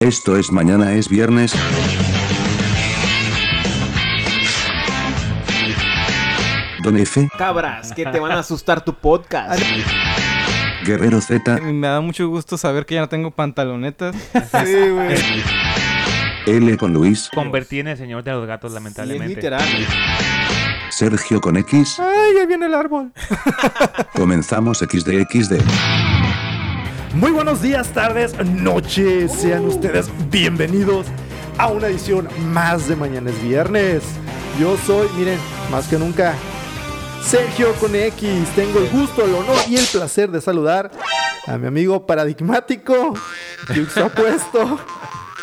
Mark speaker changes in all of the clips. Speaker 1: Esto es mañana es viernes. Don F,
Speaker 2: Cabras, que te van a asustar tu podcast.
Speaker 1: Guerrero Z,
Speaker 3: Me da mucho gusto saber que ya no tengo pantalonetas.
Speaker 2: Sí, güey.
Speaker 1: L con Luis,
Speaker 4: Convertí en el señor de los gatos,
Speaker 2: Sí, es
Speaker 4: lamentablemente.
Speaker 2: literal.
Speaker 1: Sergio con X,
Speaker 3: ¡Ay, ya viene el árbol!
Speaker 1: comenzamos XDXD.
Speaker 5: Muy buenos días, tardes, noches. Sean ustedes bienvenidos a una edición más de Mañana es Viernes. Yo soy, miren, más que nunca, Sergio con X. Tengo el gusto, el honor y el placer de saludar a mi amigo paradigmático, puesto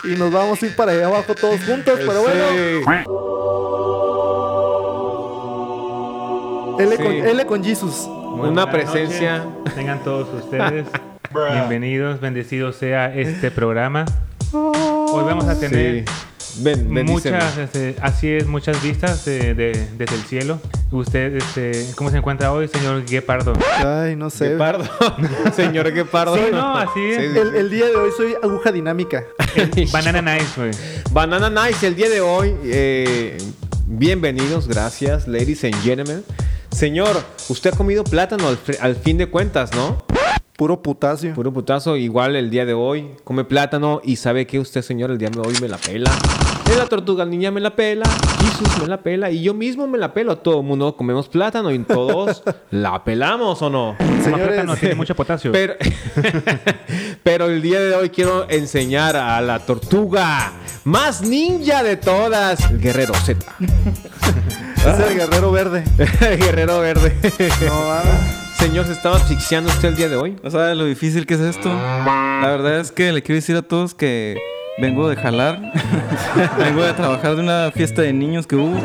Speaker 5: Y nos vamos a ir para allá abajo todos juntos, pero bueno. L con,
Speaker 3: Sí.
Speaker 5: L con Jesus.
Speaker 4: Muy
Speaker 2: Una
Speaker 4: buenas
Speaker 2: presencia.
Speaker 4: noches. Tengan todos ustedes. Bienvenidos, bendecido sea este programa. Hoy vamos a tener
Speaker 6: Ven, bendíceme.
Speaker 4: muchas, este, así es, muchas vistas de- de- desde el cielo. Usted, este, ¿cómo se encuentra hoy, señor Guepardo?
Speaker 5: Ay, no sé.
Speaker 6: Guepardo. Señor Guepardo.
Speaker 4: este, Sí, no, así es.
Speaker 6: Sí, sí,
Speaker 5: El, el día de hoy soy aguja dinámica.
Speaker 4: Banana Nice, güey.
Speaker 6: Banana Nice, el día de hoy. eh, bienvenidos, gracias, ladies and gentlemen. Señor, usted ha comido plátano al, fri- al fin de cuentas, ¿no?
Speaker 5: Puro putacio.
Speaker 6: Puro putazo, igual el día de hoy. Come plátano y sabe que usted, señor, el día de hoy me la pela. Eh, La tortuga niña me la pela, Jesús me la pela y yo mismo me la pelo. Todo el mundo comemos plátano y todos la pelamos, ¿o no?
Speaker 4: Señores, no
Speaker 5: Señores,
Speaker 4: tiene mucho potasio.
Speaker 6: eh, Pero, pero el día de hoy quiero enseñar a la tortuga más ninja de todas, el guerrero Z.
Speaker 5: es el guerrero verde.
Speaker 6: el guerrero verde.
Speaker 5: No, va.
Speaker 6: Señor, ¿se estaba asfixiando usted el día de hoy?
Speaker 3: No sabes lo difícil que es esto. La verdad es que le quiero decir a todos que vengo de jalar. vengo de trabajar de una fiesta de niños que hubo.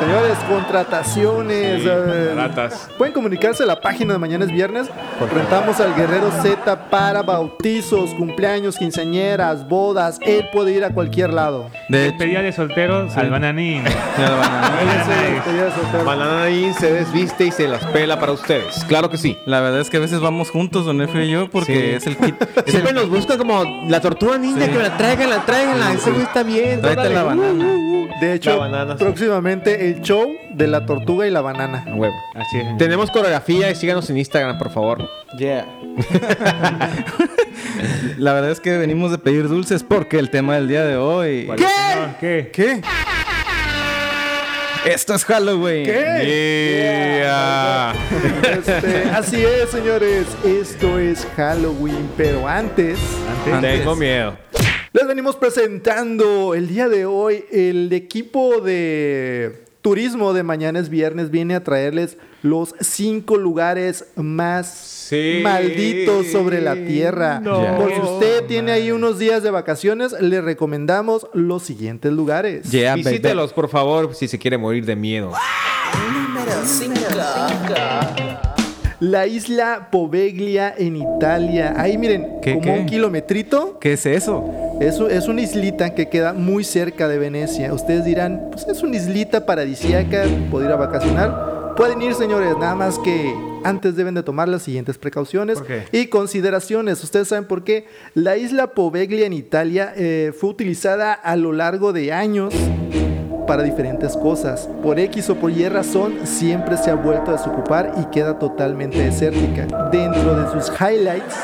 Speaker 5: Señores, contrataciones. eh,
Speaker 6: ratas.
Speaker 5: Pueden comunicarse a la página de mañana es viernes. Rentamos al Guerrero Z para bautizos, cumpleaños, quinceañeras, bodas. Él puede ir a cualquier lado.
Speaker 3: De hecho,
Speaker 4: Despedida de solteros al bananín.
Speaker 3: ya la van a-
Speaker 4: Banana
Speaker 5: Sí,
Speaker 4: Nice.
Speaker 5: despedida de soltero.
Speaker 6: Banana Nin se desviste y se las pela para ustedes. Claro que sí.
Speaker 3: la verdad es que a veces vamos juntos, don Efe y yo, porque
Speaker 6: Sí.
Speaker 3: es el kit. Es
Speaker 6: Siempre
Speaker 3: el,
Speaker 6: nos busca como la tortuga ninja,
Speaker 3: Sí.
Speaker 6: que la traigan, la traigan, la ese güey está bien.
Speaker 3: tráete
Speaker 6: órale.
Speaker 3: la banana.
Speaker 5: De
Speaker 6: La
Speaker 5: hecho,
Speaker 6: banana, sí.
Speaker 5: próximamente el show de la tortuga y la banana.
Speaker 6: Huevo.
Speaker 4: Así es. señor.
Speaker 6: Tenemos coreografía y síganos en Instagram, por favor.
Speaker 3: La verdad es que venimos de pedir dulces porque el tema del día de hoy.
Speaker 4: ¿Cuál es, señor? ¿Qué?
Speaker 5: ¿Qué?
Speaker 3: Esto es Halloween.
Speaker 6: Yeah.
Speaker 5: Este, así es, señores. Esto es Halloween, pero antes.
Speaker 4: Antes.
Speaker 6: Tengo miedo.
Speaker 5: Les venimos presentando el día de hoy el equipo de turismo de mañana es viernes viene a traerles los cinco lugares más
Speaker 6: Sí.
Speaker 5: malditos sobre la tierra.
Speaker 6: No.
Speaker 5: Por si usted tiene ahí unos días de vacaciones, le recomendamos los siguientes lugares.
Speaker 3: Yeah, baby.
Speaker 6: Visítelos, por favor, si se quiere morir de miedo.
Speaker 5: La isla Poveglia en Italia. Ahí miren,
Speaker 3: ¿Qué,
Speaker 5: como
Speaker 3: qué?
Speaker 5: un kilometrito.
Speaker 3: ¿Qué es eso?
Speaker 5: Es, u- es una islita que queda muy cerca de Venecia. Ustedes dirán, pues es una islita paradisíaca, puedo ir a vacacionar. Pueden ir, señores, nada más que antes deben de tomar las siguientes precauciones
Speaker 4: ¿Por qué?
Speaker 5: y consideraciones. Ustedes saben por qué. La isla Poveglia en Italia eh, fue utilizada a lo largo de años para diferentes cosas. Por X o por Y razón, siempre se ha vuelto a desocupar y queda totalmente desértica. Dentro de sus highlights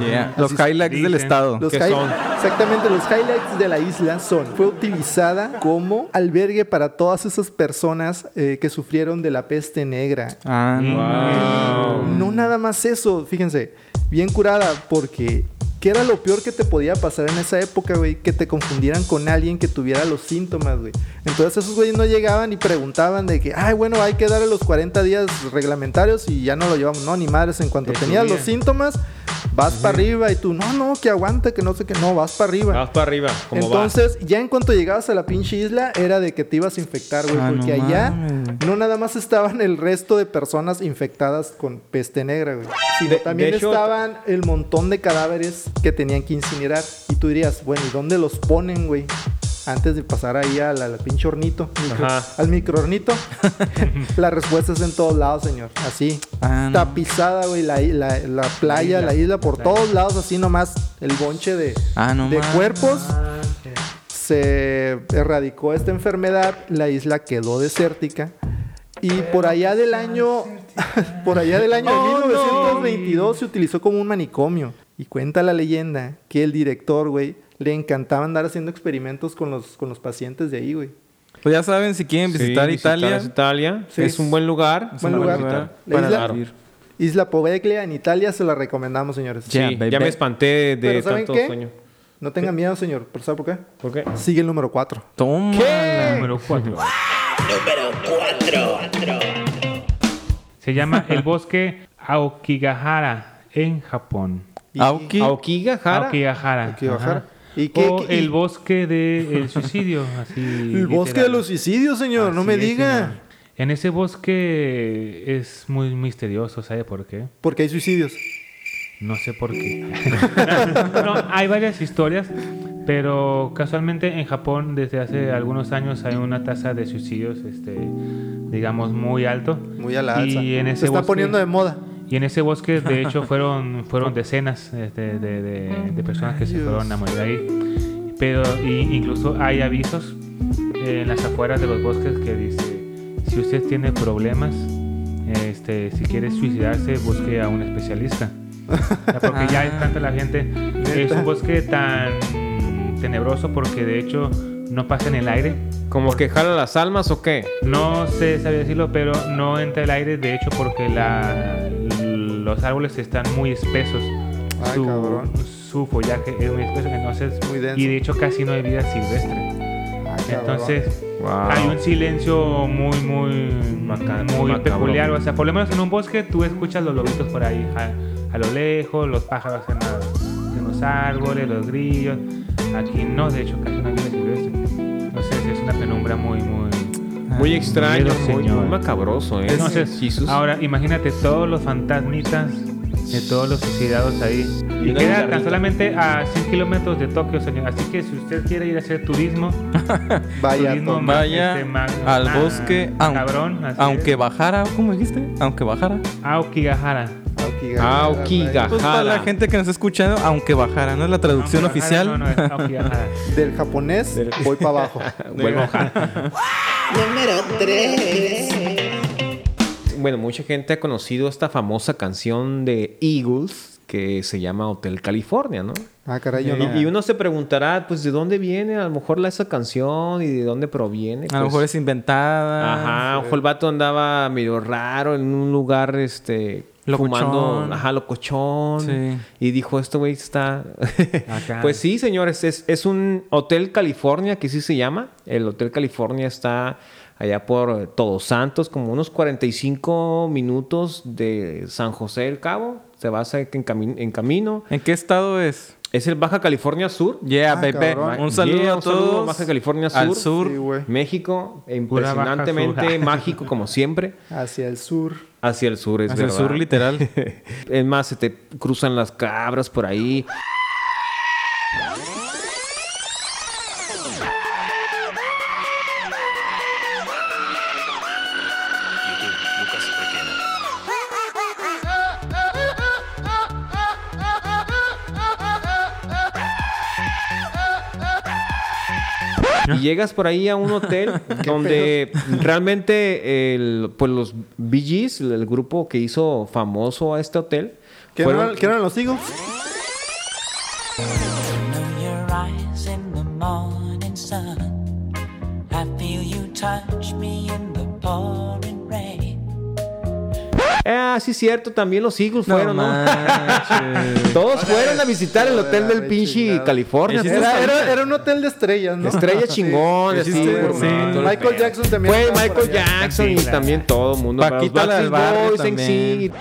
Speaker 3: Yeah. Los
Speaker 5: Así
Speaker 3: highlights del
Speaker 4: dicen.
Speaker 3: estado.
Speaker 5: los
Speaker 6: ¿Qué
Speaker 5: hi-
Speaker 6: son?
Speaker 5: Exactamente, los highlights de la isla son. Fue utilizada como albergue para todas esas personas eh, que sufrieron de la peste negra.
Speaker 3: Ah,
Speaker 6: Mm.
Speaker 3: no.
Speaker 5: No nada más eso, fíjense, bien curada, porque ¿qué era lo peor que te podía pasar en esa época, güey? Que te confundieran con alguien que tuviera los síntomas, güey. Entonces esos güeyes no llegaban y preguntaban de que, ay, bueno, hay que darle los 40 días reglamentarios y ya no lo llevamos. No, ni madres, en cuanto
Speaker 4: Te
Speaker 5: tenías los
Speaker 4: subían.
Speaker 5: síntomas, vas para arriba y tú, no, no, que aguanta, que no sé qué, no, vas para arriba.
Speaker 6: Vamos para arriba, como va.
Speaker 5: Entonces, ya en cuanto llegabas a la pinche isla, era de que te ibas a infectar, güey.
Speaker 3: Ah, no
Speaker 5: porque allá
Speaker 3: mames, güey.
Speaker 5: no nada más estaban el resto de personas infectadas con peste negra, güey. Sino
Speaker 6: De-
Speaker 5: también
Speaker 6: de hecho,
Speaker 5: estaban el montón de cadáveres que tenían que incinerar. Y tú dirías, bueno, ¿y dónde los ponen, güey? antes de pasar ahí al, al pinche hornito, micro-
Speaker 4: Ajá.
Speaker 5: al microhornito, la respuesta es en todos lados, señor. Así,
Speaker 3: Ah, no.
Speaker 5: tapizada, güey, la, i- la- la playa, la isla, por todos lados, así nomás, el bonche de,
Speaker 3: Ah, no
Speaker 5: de
Speaker 3: mames.
Speaker 5: cuerpos. Se erradicó esta enfermedad, la isla quedó desértica. Y por allá del año, por allá del año de 1922 se utilizó como un manicomio. Y cuenta la leyenda que el director, güey, le encantaba andar haciendo experimentos con los, con los pacientes de ahí, güey.
Speaker 3: Pues ya saben, si quieren visitar
Speaker 6: Sí,
Speaker 3: Italia,
Speaker 6: visitar Italia.
Speaker 5: Sí.
Speaker 6: Es un buen lugar.
Speaker 5: Buen
Speaker 3: un
Speaker 5: lugar.
Speaker 3: lugar
Speaker 5: La
Speaker 3: para
Speaker 5: isla-
Speaker 3: vivir.
Speaker 5: Isla Poveglia en Italia se la recomendamos, señores.
Speaker 6: Sí,
Speaker 3: Yeah, baby.
Speaker 6: ya me espanté de
Speaker 5: Pero ¿saben
Speaker 6: tanto
Speaker 5: qué?
Speaker 6: sueño.
Speaker 5: No tengan miedo, señor. ¿Por sabe por qué?
Speaker 6: ¿Por qué?
Speaker 5: Sigue el número 4.
Speaker 3: Toma.
Speaker 4: Número 4. Se llama El Bosque Aokigahara en Japón.
Speaker 3: Aoki.
Speaker 6: Aokigahara.
Speaker 4: Aokigahara.
Speaker 5: Aokigahara.
Speaker 4: ajá.
Speaker 5: ¿Y qué-
Speaker 4: o
Speaker 5: qué- y-
Speaker 4: el bosque del suicidio. Así
Speaker 5: El bosque de los suicidios, señor.
Speaker 4: Ah,
Speaker 5: no me diga.
Speaker 4: diga. En ese bosque es muy misterioso, ¿sabe por qué?
Speaker 5: Porque hay suicidios.
Speaker 4: No sé por qué. no, hay varias historias, pero casualmente en Japón desde hace algunos años hay una tasa de suicidios, este, digamos, muy alto.
Speaker 5: Muy a la alza.
Speaker 4: Y en ese
Speaker 5: se está
Speaker 4: bosque- Ah,
Speaker 5: poniendo de moda.
Speaker 4: Y en ese bosque, de hecho, fueron, fueron decenas este, de, de- de personas que se
Speaker 5: Dios.
Speaker 4: fueron a morir ahí. Pero i- incluso hay avisos eh, en las afueras de los bosques que dice, si usted tiene problemas, este, si quiere suicidarse, busque a un especialista. O sea, Porque ya es tanta la gente. Es un bosque tan tenebroso porque de hecho no pasa en el aire.
Speaker 6: ¿Como que jala las almas o qué?
Speaker 4: No sé sabía decirlo, pero no entra el aire, de hecho, porque la, los árboles están muy espesos.
Speaker 5: Ay, cabrón.
Speaker 4: su follaje es muy espeso, entonces,
Speaker 5: Muy denso.
Speaker 4: y de hecho casi no hay vida silvestre.
Speaker 5: Ay, cabrón.
Speaker 4: Entonces,
Speaker 6: Wow.
Speaker 4: hay un silencio muy, muy,
Speaker 6: Maca-
Speaker 4: muy
Speaker 6: Ah. macabro.
Speaker 4: peculiar. O sea, por lo menos en un bosque tú escuchas los lobitos por ahí, a, a lo lejos, los pájaros en, la- en los árboles, los grillos. Aquí no, de hecho, casi no hay vida silvestre. Entonces, es una penumbra muy, muy,
Speaker 6: Ah. Muy extraño,
Speaker 4: miedo,
Speaker 6: muy,
Speaker 4: señor.
Speaker 6: muy macabroso, ¿eh?
Speaker 4: Entonces,
Speaker 6: Jesús.
Speaker 4: ahora imagínate todos los fantasmitas de todos los suicidados ahí.
Speaker 6: Y
Speaker 4: Y
Speaker 6: una
Speaker 4: queda
Speaker 6: guitarrita.
Speaker 4: tan solamente a 100 kilómetros de Tokio, señor. Así que si usted quiere ir a hacer turismo,
Speaker 5: Vaya,
Speaker 4: turismo
Speaker 5: Tom.
Speaker 4: más,
Speaker 3: Vaya
Speaker 4: este, más-
Speaker 3: al
Speaker 4: ah,
Speaker 3: bosque, aun-
Speaker 4: cabrón, así
Speaker 3: aunque
Speaker 4: es.
Speaker 3: bajara, ¿cómo dijiste? Aunque bajara.
Speaker 4: Aokigahara.
Speaker 3: Ah,
Speaker 5: Aokigahara,
Speaker 6: Aokigahara.
Speaker 5: vaya.
Speaker 3: Pues para la
Speaker 6: Bajara.
Speaker 3: gente que nos está escuchando, aunque bajara, ¿no es la traducción
Speaker 4: Aokigahara,
Speaker 3: oficial?
Speaker 4: No, no, es Aokigahara.
Speaker 5: Del japonés voy para abajo.
Speaker 6: Vuelvo. Bueno, mucha gente ha conocido esta famosa canción de Eagles que se llama Hotel California, ¿no?
Speaker 5: Ah, caray, yo
Speaker 6: Y-
Speaker 5: no.
Speaker 6: Y uno se preguntará, pues, ¿de dónde viene a lo mejor la- esa canción y de dónde proviene?
Speaker 3: A
Speaker 6: Pues,
Speaker 3: lo mejor es inventada.
Speaker 6: Ajá, ojo, el vato andaba medio raro en un lugar, este...
Speaker 3: Locochón.
Speaker 6: Fumando, ajá, locochón.
Speaker 3: Sí.
Speaker 6: Y dijo, este güey está...
Speaker 4: Acá.
Speaker 6: pues sí, señores, es, es un Hotel California, que sí se llama. El Hotel California está allá por Todos Santos, como unos 45 minutos de San José del Cabo. Se basa en, cami- en camino.
Speaker 3: ¿En qué estado es?
Speaker 6: Es el Baja California Sur.
Speaker 3: Yeah,
Speaker 5: Ah,
Speaker 3: baby.
Speaker 5: cabrón.
Speaker 3: Un saludo
Speaker 6: Yeah,
Speaker 3: a
Speaker 6: un saludo,
Speaker 3: todos.
Speaker 6: Baja California
Speaker 3: Al
Speaker 6: Sur.
Speaker 3: sur.
Speaker 5: Sí, güey.
Speaker 6: México,
Speaker 4: Pura Baja
Speaker 6: impresionantemente
Speaker 4: Sur.
Speaker 6: mágico como siempre.
Speaker 5: Hacia el sur.
Speaker 6: Hacia el sur, es
Speaker 3: Pues Hacia el
Speaker 6: verdad.
Speaker 3: sur, literal.
Speaker 6: Es más, se te cruzan las cabras por ahí. Y llegas por ahí a un hotel donde realmente el, pues los BGs, el grupo que hizo famoso a este hotel,
Speaker 5: ¿Qué
Speaker 6: fueron-
Speaker 5: eran, qué eran los Eagles?
Speaker 7: Know your eyes in the morning sun. I feel you touch me in the pouring rain.
Speaker 6: Ah, sí, cierto, también los Eagles
Speaker 3: No
Speaker 6: fueron, ¿no?
Speaker 3: manches.
Speaker 6: Todos fueron a visitar el hotel del pinche
Speaker 5: Chingada.
Speaker 6: California.
Speaker 5: Era, era- era un hotel de estrellas, ¿no?
Speaker 6: Estrella chingón, así,
Speaker 3: Hiciste-
Speaker 6: hermano,
Speaker 3: sí.
Speaker 6: todo el
Speaker 5: Michael
Speaker 6: pedo.
Speaker 5: Jackson también.
Speaker 6: Fue
Speaker 5: andaba por
Speaker 6: Michael
Speaker 5: allá.
Speaker 6: Jackson y
Speaker 4: Sí, la-
Speaker 6: también todo el mundo.
Speaker 3: Paquita la del barrio
Speaker 6: Backstreet Boys,
Speaker 3: también.
Speaker 6: NSYNC.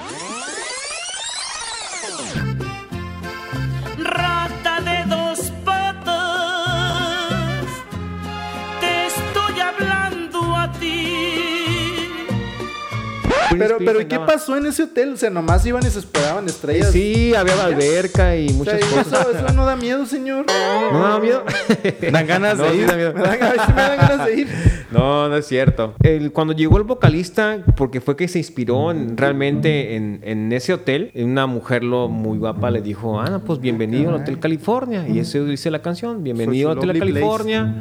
Speaker 8: Rata de dos patas, te estoy hablando a ti.
Speaker 5: Pero,
Speaker 6: pies
Speaker 5: pero ¿y qué
Speaker 6: andaba.
Speaker 5: pasó en ese hotel? O sea, nomás iban y se esperaban estrellas.
Speaker 6: Sí, había alberca y
Speaker 5: O sea,
Speaker 6: muchas cosas.
Speaker 5: eso, eso no da miedo, señor.
Speaker 6: No, me da miedo.
Speaker 3: Dan ganas
Speaker 6: No,
Speaker 3: de
Speaker 6: sí
Speaker 3: ir.
Speaker 6: da miedo.
Speaker 5: Me dan- a ver si me dan ganas de ir.
Speaker 6: No, no es cierto. El- cuando llegó el vocalista, porque fue que se inspiró en- realmente en, en ese hotel, una mujer lo muy guapa le dijo, ah, pues bienvenido al Hotel California. Y eso dice la canción, bienvenido al
Speaker 5: su
Speaker 6: Hotel
Speaker 5: lovely place.
Speaker 6: California.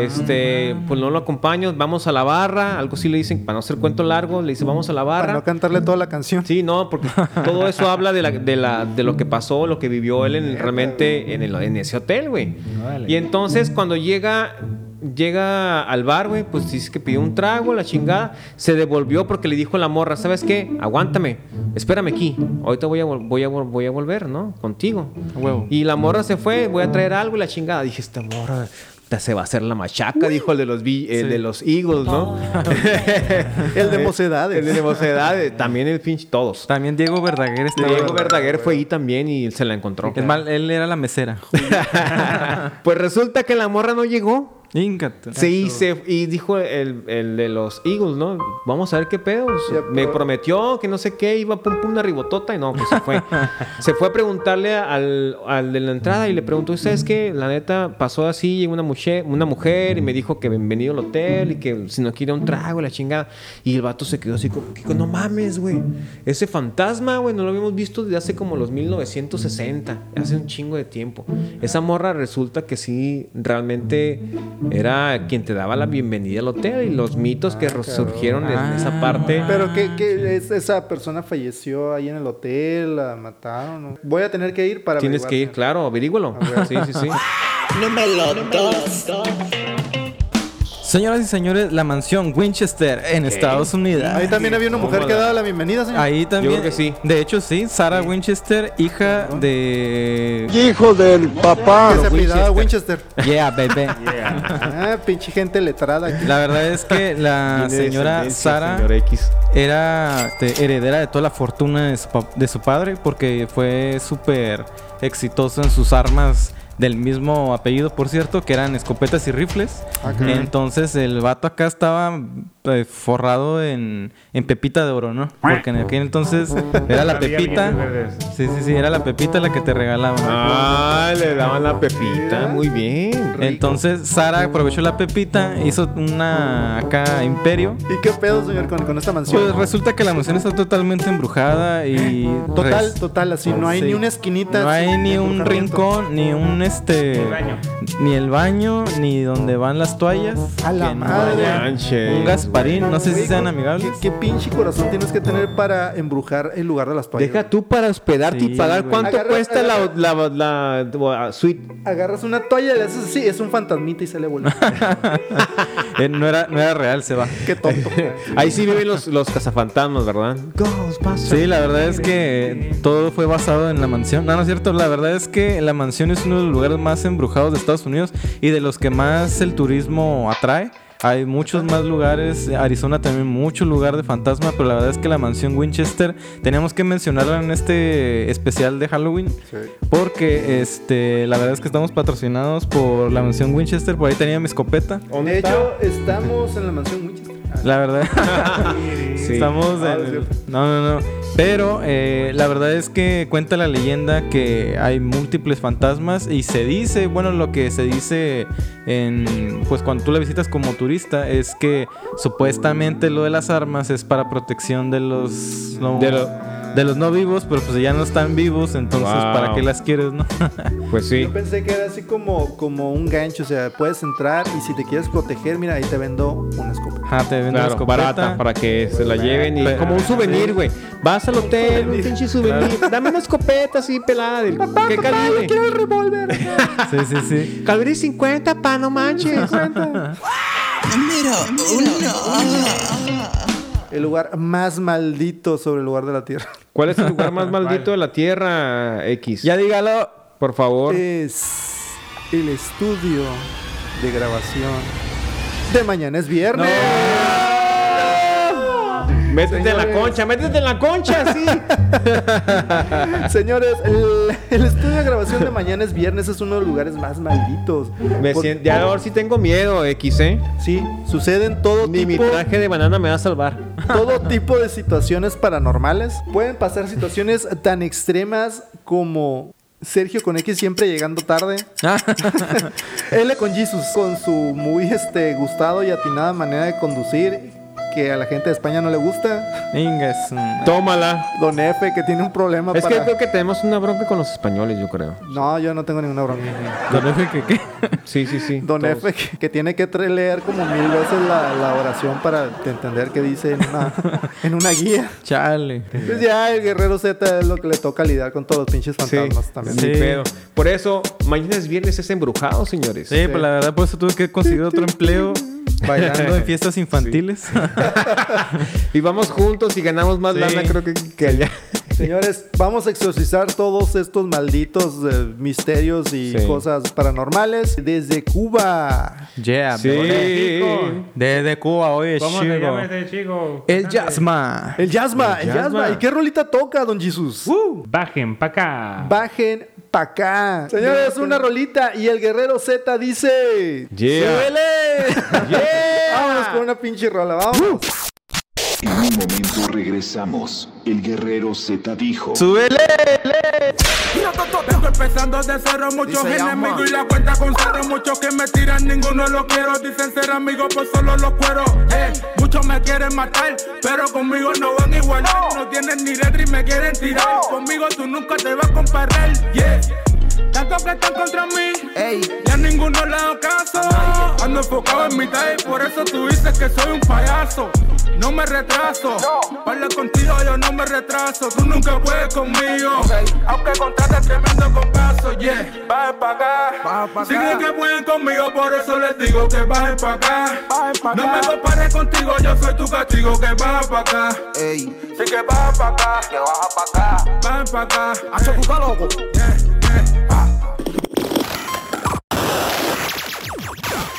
Speaker 6: Este, pues no lo acompaño, vamos a la barra, algo así le dicen, para no hacer cuento largo, le dice, vamos a la
Speaker 5: Para
Speaker 6: barra.
Speaker 5: no cantarle toda la canción.
Speaker 6: Sí, no, porque todo eso habla de, la- de, la- de lo que pasó, lo que vivió él en- realmente en, el- en ese hotel, güey.
Speaker 4: Órale.
Speaker 6: Y entonces cuando llega llega al bar, güey, pues dice que pidió un trago, la chingada, se devolvió porque le dijo la morra, ¿sabes qué? Aguántame, espérame aquí, ahorita voy a, vol- voy a, vol- voy a volver, ¿no? Contigo.
Speaker 3: Huevo.
Speaker 6: Y la morra se fue, voy a traer algo y la chingada. Dije, esta morra esta se va a hacer la machaca, dijo el de los, bi- el de los Eagles, ¿no?
Speaker 5: El de mocedades.
Speaker 6: El de Mocedades, también el pinche, todos.
Speaker 3: También Diego Verdaguer está
Speaker 6: Diego Verdaguer fue ahí también y se la encontró.
Speaker 3: Es mal, él era la mesera.
Speaker 6: pues resulta que la morra no llegó.
Speaker 3: Íncate.
Speaker 6: Sí, se, y dijo el, el de los Eagles, ¿no? Vamos a ver qué pedos.
Speaker 5: Ya,
Speaker 6: Me
Speaker 5: pero-
Speaker 6: prometió que no sé qué, iba pum pum una ribotota y no, pues se fue. se fue a preguntarle al, al de la entrada y le preguntó, ¿ustedes qué? La neta pasó así, llegó una mujer, una mujer y me dijo que bienvenido al hotel y que si no quiere un trago, la chingada. Y el vato se quedó así como, "Kiko, no mames, güey. Ese fantasma, güey, no lo habíamos visto desde hace como los 1960, hace un chingo de tiempo. Esa morra resulta que sí, realmente era quien te daba la bienvenida al hotel y los mitos
Speaker 3: Ah,
Speaker 6: que surgieron en esa parte.
Speaker 5: Pero que, esa persona falleció ahí en el hotel, la mataron. ¿no? Voy a tener que ir para
Speaker 6: Tienes que ir,
Speaker 5: averiguar.
Speaker 6: claro, averígualo. Sí, sí, sí.
Speaker 3: Señoras y señores, la mansión Winchester en Estados Unidos.
Speaker 5: Ahí también había una mujer que daba la bienvenida, señor.
Speaker 3: Ahí también.
Speaker 6: creo que sí.
Speaker 3: De hecho, sí. Sarah Winchester, hija de.
Speaker 9: Hijo del papá.
Speaker 5: que se apellidaba Winchester.
Speaker 3: Yeah, baby.
Speaker 5: Ah, pinche gente letrada aquí.
Speaker 3: La verdad es que
Speaker 6: Tiene
Speaker 3: la Ah, señora
Speaker 6: descendencia,
Speaker 3: Sara
Speaker 6: señor X.
Speaker 3: era este, heredera de toda la fortuna de su, pa- de su padre porque fue súper exitoso en sus armas del mismo apellido, por cierto, que eran escopetas y rifles.
Speaker 5: Ah, caray.
Speaker 3: Entonces el vato acá estaba eh, forrado en, en pepita de oro, ¿no? Porque en aquel entonces era la
Speaker 4: Había
Speaker 3: pepita.
Speaker 4: billetes verdes.
Speaker 3: Sí, sí, sí, era la pepita la que te regalaban.
Speaker 6: Ah, le daban la pepita, muy bien.
Speaker 3: Entonces Sara aprovechó la pepita, hizo una acá imperio.
Speaker 5: ¿Y qué pedo, señor, con, con esta
Speaker 3: Pues
Speaker 5: mansión?
Speaker 3: resulta que la mansión está totalmente embrujada y
Speaker 5: total,
Speaker 3: res-
Speaker 5: total, así. No hay
Speaker 3: Sí.
Speaker 5: ni una esquinita.
Speaker 3: No hay
Speaker 5: sin
Speaker 3: ni un
Speaker 5: embrujamiento.
Speaker 3: rincón, ni un este,
Speaker 4: El baño.
Speaker 3: ni el baño, ni donde van las toallas.
Speaker 5: A la
Speaker 3: que no
Speaker 5: madre.
Speaker 3: haya
Speaker 6: Manches,
Speaker 3: Un Gasparín, no sé si sean
Speaker 5: ¿Qué,
Speaker 3: amigables.
Speaker 5: qué pinche corazón tienes que tener para embrujar el lugar de las toallas?
Speaker 6: Deja tú para hospedarte
Speaker 3: Sí,
Speaker 6: y pagar
Speaker 3: güey.
Speaker 6: cuánto
Speaker 5: Agarra-
Speaker 6: cuesta la, la, la- la- suite.
Speaker 5: Agarras una toalla, le haces así, es un fantasmita y sale volando.
Speaker 3: Eh, no, era, no era real, se va.
Speaker 5: qué tonto.
Speaker 6: Ahí sí viven los, los cazafantasmas, ¿verdad?
Speaker 3: Sí, la verdad es que todo fue basado en la mansión. No, no es cierto. La verdad es que la mansión es uno de los lugares más embrujados de Estados Unidos y de los que más el turismo atrae. Hay muchos más lugares, Arizona también mucho lugar de fantasma, pero la verdad es que la mansión Winchester teníamos que mencionarla en este especial de Halloween porque este la verdad es que estamos patrocinados por la mansión Winchester, por ahí tenía mi escopeta.
Speaker 5: De hecho, estamos en la mansión Winchester.
Speaker 3: La verdad.
Speaker 6: Sí.
Speaker 3: Estamos
Speaker 5: Ah,
Speaker 3: en-
Speaker 5: es cierto.
Speaker 3: No, no, no. Pero eh, la verdad es que cuenta la leyenda que hay múltiples fantasmas y se dice, bueno, lo que se dice en, pues cuando tú la visitas como turista es que supuestamente lo de las armas es para protección de los no,
Speaker 6: De lo-
Speaker 3: de los no vivos, pero pues ya no están vivos, entonces
Speaker 6: Wow.
Speaker 3: ¿para qué las quieres, no?
Speaker 6: Pues sí.
Speaker 5: Yo pensé que era así como, como un gancho, o sea, puedes entrar y si te quieres proteger, mira, ahí te vendo una escopa.
Speaker 3: Ajá, Ah, te venden la
Speaker 6: Claro,
Speaker 3: escopeta.
Speaker 6: barata, para que se la lleven y
Speaker 3: Pero-
Speaker 6: como un souvenir, güey. Vas al hotel, un pinche souvenir, dame una escopeta así pelada del ¿Qué calibre? quiero el revólver.
Speaker 3: Sí, sí, sí.
Speaker 6: Calibre 50, pa, no manches.
Speaker 5: El lugar más maldito sobre el lugar de la tierra.
Speaker 6: ¿Cuál es el lugar más maldito de la Tierra, X?
Speaker 3: Ya dígalo.
Speaker 6: por favor.
Speaker 5: Es el estudio de grabación de mañana es viernes.
Speaker 6: Métete en la
Speaker 5: Señores.
Speaker 6: concha, métete en la concha, sí.
Speaker 5: Señores, el, el estudio de grabación de mañana es viernes, es uno de los lugares más malditos.
Speaker 6: Me
Speaker 5: Por-
Speaker 6: siento, ya ahora sí tengo miedo, X, ¿eh?
Speaker 5: Sí, suceden todo
Speaker 6: Ni mi
Speaker 5: tipo,
Speaker 6: traje de banana me va a salvar.
Speaker 5: todo tipo de situaciones paranormales. Pueden pasar situaciones tan extremas como Sergio con X siempre llegando tarde. L con Jesus, con su muy este, gustado y atinada manera de conducir que a la gente de España no le gusta.
Speaker 3: Ingas.
Speaker 6: Tómala.
Speaker 5: Don F, que tiene un problema
Speaker 6: Es que
Speaker 5: para...
Speaker 6: creo que tenemos una bronca con los españoles, yo creo.
Speaker 5: No, yo no tengo ninguna bronca.
Speaker 3: Don F, ¿qué, qué?
Speaker 6: Sí, sí, sí.
Speaker 5: Don
Speaker 6: todos.
Speaker 5: F, que, que tiene que tra- leer como mil veces la, la oración para entender qué dice en una, en una guía.
Speaker 3: Chale.
Speaker 5: Pues ya el guerrero Z es lo que le toca lidiar con todos los pinches
Speaker 6: Sí,
Speaker 5: fantasmas también.
Speaker 6: sí.
Speaker 3: Sí.
Speaker 6: Pero por eso, mañana es viernes, es embrujado, señores.
Speaker 3: Sí, pues la verdad, por eso tuve que conseguir otro empleo bailando en fiestas infantiles.
Speaker 6: Y vamos juntos y ganamos más lana, creo que, que allá.
Speaker 5: Señores, vamos a exorcizar todos estos malditos eh, misterios y
Speaker 6: Sí.
Speaker 5: cosas paranormales desde Cuba.
Speaker 3: yeah,
Speaker 6: Sí.
Speaker 3: bro. Desde Cuba, oye,
Speaker 4: ¿Cómo te
Speaker 3: chico.
Speaker 4: llamas este chico?
Speaker 3: El Jasma.
Speaker 5: El Yasma, el
Speaker 6: El Yasma. Uh.
Speaker 5: Yasma. ¿Y qué rolita toca, don Jesús?
Speaker 4: Bajen pa' acá.
Speaker 5: Bajen pa' acá. Señores, una rolita y el guerrero Z dice...
Speaker 6: Yeah.
Speaker 5: ¡Súbele! Vámonos con una pinche rola, vamos.
Speaker 9: En un momento regresamos. El guerrero Z dijo.
Speaker 10: Yo todo tengo empezando de cero, muchos enemigos y la cuenta con cero. Muchos que me tiran, ninguno lo quiero. Dicen ser amigos, pues solo los cuero. Eh, muchos me quieren matar, pero conmigo no van a igualar. No tienen ni letra y me quieren tirar. Conmigo tú nunca te vas a comparar. Yeah. Tanto que están contra mí, ya ninguno le hago caso. Ando enfocado en mi y por eso tú dices que soy un payaso. No me retraso, habla contigo yo no me retraso. Tú nunca puedes conmigo, aunque contrates tremendo compaso. Yeah, bajen pa' acá. Si creen que pueden conmigo, por eso les digo que bajen pa' acá. No me compares contigo, yo soy tu castigo que baja pa' acá. Sí que baja pa' acá, que baja pa' acá. Bajen pa' acá. Hace puta loco. Yeah, yeah, ah.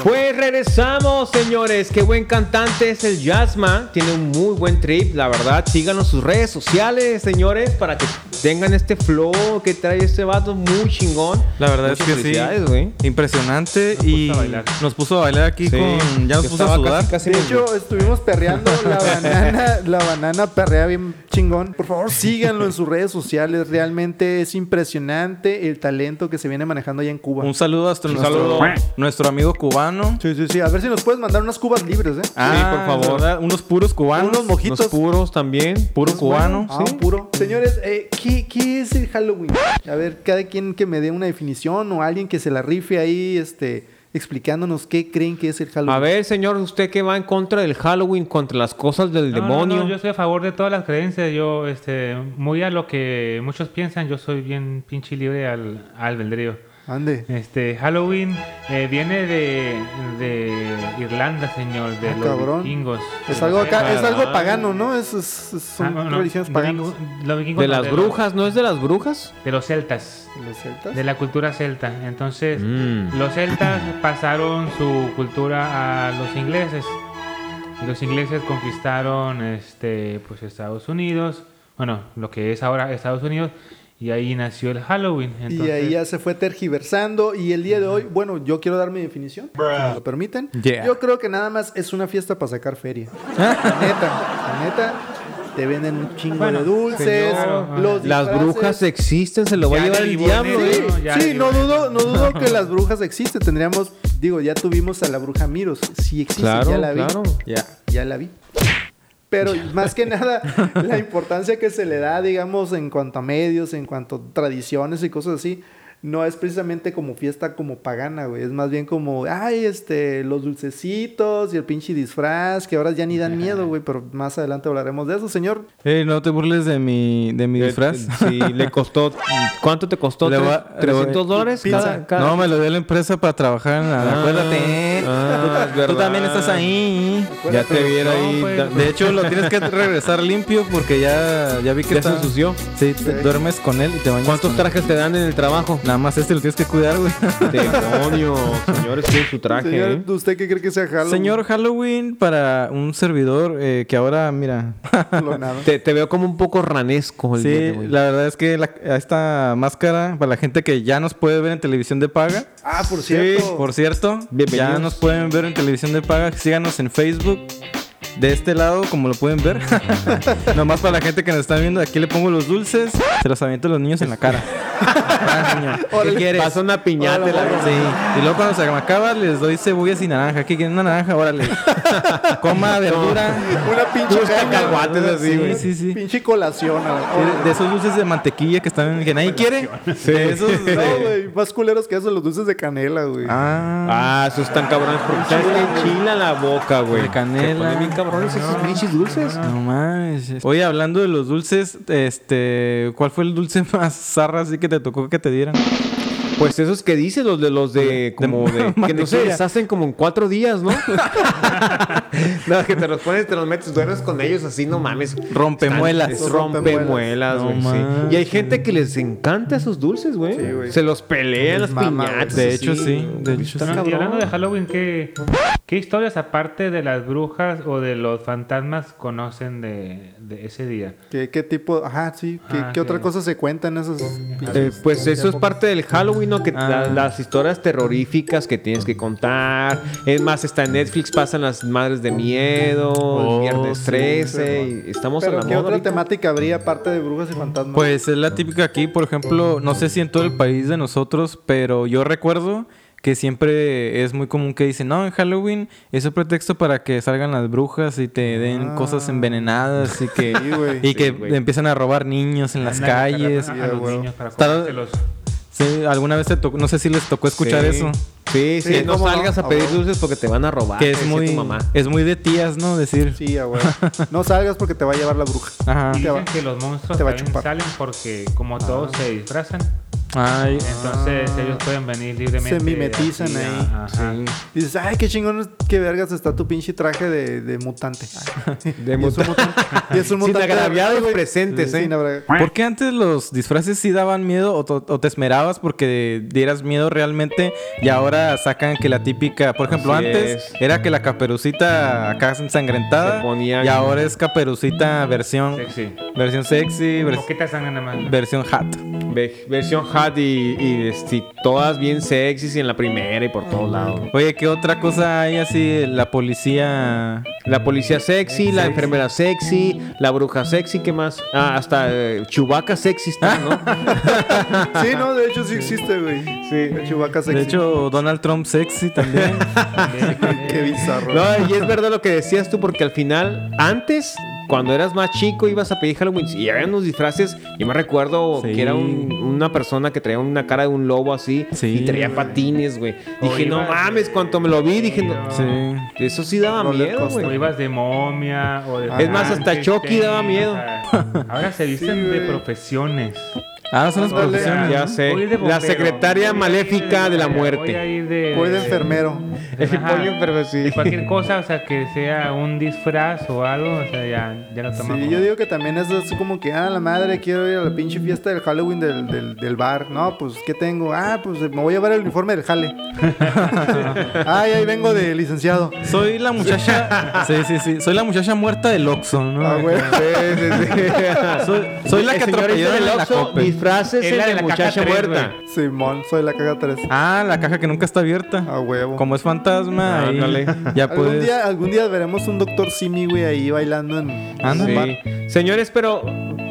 Speaker 6: Pues regresamos, señores. Qué buen cantante es el Jasma. Tiene un muy buen trip, la verdad. Síganos sus redes sociales, señores, para que tengan este flow que trae este vato muy chingón.
Speaker 3: La verdad es
Speaker 6: Muchas
Speaker 3: que sí.
Speaker 6: felicidades, güey.
Speaker 3: Impresionante
Speaker 4: puso
Speaker 3: y
Speaker 4: a bailar.
Speaker 3: nos puso a bailar aquí
Speaker 6: Sí,
Speaker 3: con... Ya nos
Speaker 6: que
Speaker 3: puso a
Speaker 6: estaba
Speaker 3: sudar.
Speaker 6: casi, casi
Speaker 5: De
Speaker 6: nos-
Speaker 5: hecho, estuvimos perreando la banana, la banana perrea bien chingón. Por favor, síganlo en sus redes sociales. Realmente es impresionante el talento que se viene manejando allá en Cuba.
Speaker 3: Un saludo hasta nuestro,
Speaker 4: saludo.
Speaker 3: nuestro amigo cubano.
Speaker 5: Sí, sí, sí. A ver si nos puedes mandar unas cubas libres, ¿eh?
Speaker 3: Ah,
Speaker 6: por favor.
Speaker 3: ¿verdad? Unos puros cubanos.
Speaker 5: Unos mojitos.
Speaker 6: Los puros también.
Speaker 3: Puro cubano.
Speaker 5: Ah, puro. Señores, eh, ¿qué, qué es el Halloween? A ver, cada quien que me dé una definición o alguien que se la rife ahí, este, explicándonos qué creen que es el Halloween.
Speaker 6: A ver, señor, usted que va en contra del Halloween, contra las cosas del
Speaker 4: No, no,
Speaker 6: demonio.
Speaker 4: no, yo estoy a favor de todas las creencias. Yo, este, muy a lo que muchos piensan, yo soy bien pinche libre al, al albedrío.
Speaker 5: Ande.
Speaker 4: Este, Halloween eh, viene de, de Irlanda, señor, de
Speaker 5: Ah,
Speaker 4: los
Speaker 5: cabrón.
Speaker 4: vikingos.
Speaker 5: Es algo acá, es algo
Speaker 6: Caray.
Speaker 5: pagano, ¿no? Es, es- es-
Speaker 4: Ah,
Speaker 5: son
Speaker 4: no, no,
Speaker 5: religiones
Speaker 4: los
Speaker 5: paganas.
Speaker 4: vikingos- los vikingos
Speaker 6: De
Speaker 4: no,
Speaker 6: las
Speaker 4: los-
Speaker 6: brujas, ¿no es de las brujas?
Speaker 4: de los celtas,
Speaker 5: ¿Los celtas?
Speaker 4: de la cultura celta. Entonces,
Speaker 6: Mm.
Speaker 4: los celtas pasaron su cultura a los ingleses. Y Los ingleses conquistaron este, pues, Estados Unidos, bueno, lo que es ahora Estados Unidos, y ahí nació el Halloween.
Speaker 5: y
Speaker 4: Entonces,
Speaker 5: ahí ya se fue tergiversando y el día de hoy, bueno, yo quiero dar mi definición, si me lo permiten.
Speaker 3: Yeah.
Speaker 5: Yo creo que nada más es una fiesta para sacar feria. la neta, la neta, te venden un chingo
Speaker 4: Bueno,
Speaker 5: de dulces,
Speaker 4: señor,
Speaker 5: los
Speaker 6: Las
Speaker 5: disfraces.
Speaker 6: brujas existen, se lo va a
Speaker 4: Ya
Speaker 6: llevar el
Speaker 4: derivó en
Speaker 6: diablo,
Speaker 4: eso.
Speaker 6: ¿eh?
Speaker 5: Sí,
Speaker 4: ¿no? Ya
Speaker 5: sí,
Speaker 4: digo,
Speaker 5: no
Speaker 4: ya.
Speaker 5: dudo, no dudo que las brujas existen. Tendríamos, digo, ya tuvimos a la bruja Miros. Sí existe,
Speaker 6: Claro,
Speaker 5: ya la vi.
Speaker 6: claro.
Speaker 3: Ya.
Speaker 5: ya la vi. Pero más que nada, la importancia que se le da, digamos, en cuanto a medios, en cuanto a tradiciones y cosas así, no es precisamente como fiesta como pagana, güey. Es más bien como, ay, este, los dulcecitos y el pinche disfraz, que ahora ya ni dan miedo, güey. Pero más adelante hablaremos de eso, señor.
Speaker 3: Ey, Eh, no te burles de mi, de mi disfraz.
Speaker 6: Sí, le costó. ¿Cuánto te costó?
Speaker 3: Le
Speaker 6: Tres-
Speaker 3: voy a-
Speaker 6: 300 dólares
Speaker 3: Pinza.
Speaker 6: cada, cada-
Speaker 3: No, me lo dio la empresa para trabajar en la...
Speaker 6: Ah,
Speaker 3: acuérdate.
Speaker 6: ah, es
Speaker 3: Tú
Speaker 6: verdad.
Speaker 3: también estás ahí.
Speaker 6: Ya te viera ahí.
Speaker 4: pues,
Speaker 6: da-
Speaker 3: De hecho, lo tienes que regresar limpio porque ya, ya vi que
Speaker 6: Ya se
Speaker 3: está...
Speaker 6: ensució.
Speaker 3: Sí, te duermes con él y te bañas
Speaker 6: ¿Cuántos
Speaker 3: con él.
Speaker 6: trajes te dan en el trabajo?
Speaker 3: Nada nada más este lo tienes que cuidar, güey.
Speaker 6: Demonio, señores, tiene su traje.
Speaker 5: Señor,
Speaker 6: ¿eh?
Speaker 5: ¿usted qué cree que sea Halloween?
Speaker 3: Señor Halloween para un servidor eh, que ahora, mira.
Speaker 5: Lo nada.
Speaker 6: Te, te veo como un poco ranesco el día
Speaker 3: sí,
Speaker 6: de hoy.
Speaker 3: la verdad es que la- esta máscara, para la gente que ya nos puede ver en televisión de paga.
Speaker 5: Ah, por cierto.
Speaker 3: Por cierto,
Speaker 6: Bienvenidos.
Speaker 3: ya nos pueden ver en televisión de paga. Síganos en Facebook. De este lado, como lo pueden ver. Nomás para la gente que nos está viendo, aquí le pongo los dulces. Se los aviento a los niños en la cara. Ah, niño, ¿Qué quieres?
Speaker 6: Pasa una piñata.
Speaker 5: Órale,
Speaker 6: la-
Speaker 5: órale.
Speaker 3: Sí. Y luego cuando se me acaba, les doy cebollas y naranja. ¿Qué quieren? Una naranja, órale. Coma verdura.
Speaker 5: Una pinche caca,
Speaker 6: cacahuates así,
Speaker 3: Sí,
Speaker 6: güey.
Speaker 3: Sí, sí.
Speaker 5: pinche colación. a la-
Speaker 3: De- De esos dulces de mantequilla que están que nadie quiere. De esos. de-
Speaker 5: No, güey, más culeros que eso, los dulces de canela, güey.
Speaker 3: Ah,
Speaker 6: Ah, esos están cabrones porque sabes que chila la boca, güey.
Speaker 3: De canela.
Speaker 6: Se Ah, ponen bien cabrones esos pinches dulces.
Speaker 3: no mames. Oye, hablando de los dulces, este, ¿cuál fue el dulce más zarra así que te tocó que te dieran?
Speaker 6: Pues esos que dices, los de los de como de, que no se
Speaker 3: mantequilla.
Speaker 6: deshacen como en cuatro días, ¿no? no, que te los pones, te los metes, duermes con ellos así, no mames.
Speaker 3: Rompemuelas.
Speaker 6: Es rompemuelas,
Speaker 3: No
Speaker 6: güey. sí.
Speaker 3: manches.
Speaker 6: Y hay gente que les encanta esos dulces, güey.
Speaker 5: güey.
Speaker 6: se los pelean las
Speaker 5: mama, güey.
Speaker 6: piñatas.
Speaker 3: De
Speaker 6: así.
Speaker 3: hecho, sí. De hecho, sí.
Speaker 4: No, y hablando de Halloween, ¿qué, ¿qué historias aparte de las brujas o de los fantasmas conocen de, de ese día?
Speaker 5: ¿Qué, qué tipo? Ajá, sí. ¿Qué,
Speaker 4: Ah,
Speaker 5: qué otra
Speaker 4: sí.
Speaker 5: cosa se cuenta en esas
Speaker 6: Eh,
Speaker 5: pinches?
Speaker 6: pues eso es parte del Halloween, ¿no? Que la-
Speaker 3: Ah.
Speaker 6: las historias terroríficas que tienes que contar. Es más, está en Netflix, pasan las madres de miedo,
Speaker 3: Oh,
Speaker 6: el viernes
Speaker 3: sí,
Speaker 6: 13. y estamos en
Speaker 5: Pero
Speaker 6: la
Speaker 5: ¿qué
Speaker 6: moda.
Speaker 5: otra
Speaker 6: ahorita.
Speaker 5: temática habría aparte de brujas y fantasmas?
Speaker 3: Pues es la típica aquí, por ejemplo, no sé si en todo el país de nosotros, pero yo recuerdo que siempre es muy común que dicen, no, en Halloween es un pretexto para que salgan las brujas y te den cosas envenenadas y que,
Speaker 5: Sí, güey.
Speaker 3: y que
Speaker 6: Ah. güey.
Speaker 3: empiezan a robar niños en las
Speaker 4: Andan a agarrar
Speaker 3: calles.
Speaker 4: A, a
Speaker 5: Sí,
Speaker 4: los
Speaker 5: güey.
Speaker 4: niños para
Speaker 3: Está-
Speaker 4: comérselos.
Speaker 3: Sí, alguna vez te tocó, no sé si les tocó escuchar
Speaker 6: Sí.
Speaker 3: eso.
Speaker 6: Sí, sí,
Speaker 5: Sí,
Speaker 6: no
Speaker 5: cómo no,
Speaker 6: salgas
Speaker 5: a
Speaker 6: a pedir
Speaker 5: huevo.
Speaker 6: dulces porque te van a robar.
Speaker 3: Que
Speaker 6: te
Speaker 3: es
Speaker 6: Ah, decía
Speaker 3: muy,
Speaker 6: tu mamá.
Speaker 3: es muy de tías, ¿no? Decir.
Speaker 5: Sí, ah, güey. No salgas porque te va a llevar la bruja.
Speaker 3: Ajá.
Speaker 4: Y
Speaker 5: Ah. Te va-
Speaker 4: dicen que los monstruos
Speaker 5: te va a
Speaker 4: también
Speaker 5: chupar. Ah.
Speaker 4: salen porque como todos se disfrazan,
Speaker 3: Ay,
Speaker 4: entonces ellos pueden venir libremente.
Speaker 5: Se mimetizan
Speaker 4: así,
Speaker 5: ahí.
Speaker 4: a- ajá.
Speaker 6: Ah.
Speaker 5: Dices, ay, qué chingón, qué vergas está tu pinche traje de, de mutante.
Speaker 6: De
Speaker 5: Y es un
Speaker 6: mutu-
Speaker 5: mutante. Y es un
Speaker 6: Sin
Speaker 5: mutante.
Speaker 6: agraviar a los
Speaker 5: güey.
Speaker 6: presentes,
Speaker 5: Sí,
Speaker 6: ¿eh?
Speaker 5: sin agra-
Speaker 3: ¿Por qué antes los disfraces sí daban miedo o, to- o te esmerabas porque dieras miedo realmente y ahora sacan que la típica, por ejemplo,
Speaker 6: Así
Speaker 3: antes
Speaker 6: es.
Speaker 3: era que la caperucita acá ensangrentada
Speaker 6: Se ponía-
Speaker 3: y ahora es caperucita versión
Speaker 4: Sexy.
Speaker 3: versión sexy, vers-
Speaker 4: Poquitas sangre nada más.
Speaker 3: versión hat.
Speaker 6: Ve- Versión hat y, y, este, todas bien sexys y en la primera y por todos lados.
Speaker 3: Oye, ¿qué otra cosa hay así? La policía
Speaker 6: La policía sexy, la enfermera sexy, la bruja sexy, ¿qué más? Ah, hasta eh, Chewbacca sexy está, ¿no?
Speaker 5: Sí, no, de hecho sí existe, güey. Sí. El Chewbacca sexy.
Speaker 3: De hecho, Donald Trump sexy también.
Speaker 5: qué bizarro.
Speaker 6: No, y es verdad lo que decías tú, porque al final, antes, cuando eras más chico, ibas a pedir Halloween y había unos disfraces. Yo me recuerdo
Speaker 3: Sí.
Speaker 6: que era un- una persona que traía una cara de un lobo así
Speaker 3: Sí.
Speaker 6: y traía patines, güey. Dije, no
Speaker 4: ibas
Speaker 6: mames,
Speaker 4: de-
Speaker 6: cuanto me lo vi, dije, no.
Speaker 3: sí.
Speaker 6: Eso sí daba
Speaker 5: Roller
Speaker 6: miedo,
Speaker 5: coaster.
Speaker 4: O
Speaker 6: güey.
Speaker 4: ibas de momia o de...
Speaker 6: Es más, hasta
Speaker 4: Frankenstein,
Speaker 6: Chucky daba miedo.
Speaker 4: o sea, ahora se visten de
Speaker 5: güey.
Speaker 4: profesiones.
Speaker 3: Ah, son las
Speaker 5: Ándale.
Speaker 3: profesiones.
Speaker 6: Ya
Speaker 3: ¿no?
Speaker 6: sé.
Speaker 4: Voy de
Speaker 6: La
Speaker 4: bombero,
Speaker 6: secretaria
Speaker 4: voy a
Speaker 6: maléfica
Speaker 4: ir
Speaker 6: de la
Speaker 4: Voy a
Speaker 6: muerte.
Speaker 4: ir de...
Speaker 5: Voy de enfermero.
Speaker 4: Ajá.
Speaker 6: Voy de enfermero, sí.
Speaker 4: De cualquier cosa, o sea, que sea un disfraz o algo, o sea, ya, ya lo tomamos.
Speaker 5: Sí, yo digo que también eso es como que, ah, la madre, quiero ir a la pinche fiesta del Halloween del, del, del bar. No, pues, ¿qué tengo? Ah, pues me voy a llevar el uniforme del jale. Ay, ahí vengo de licenciado.
Speaker 3: Soy la muchacha. Sí, sí, sí. Soy la muchacha muerta del Oxxo, ¿no?
Speaker 5: Ah, güey.
Speaker 3: Soy, soy la que atropelló en la Coppel.
Speaker 6: disfraces
Speaker 4: Es la de
Speaker 6: de la
Speaker 4: la
Speaker 6: muchacha
Speaker 4: caja tres,
Speaker 6: muerta.
Speaker 4: güey.
Speaker 5: Simón, soy la caja 3.
Speaker 3: Ah, la caja que nunca está abierta.
Speaker 5: A huevo.
Speaker 3: Como es fantasma, ahí
Speaker 6: Ándale.
Speaker 3: ya
Speaker 5: Ah, Algún
Speaker 3: puedes.
Speaker 5: día, algún día veremos un doctor Simi, güey, ahí bailando en en
Speaker 3: Anda.
Speaker 5: un bar.
Speaker 6: Sí. Señores, pero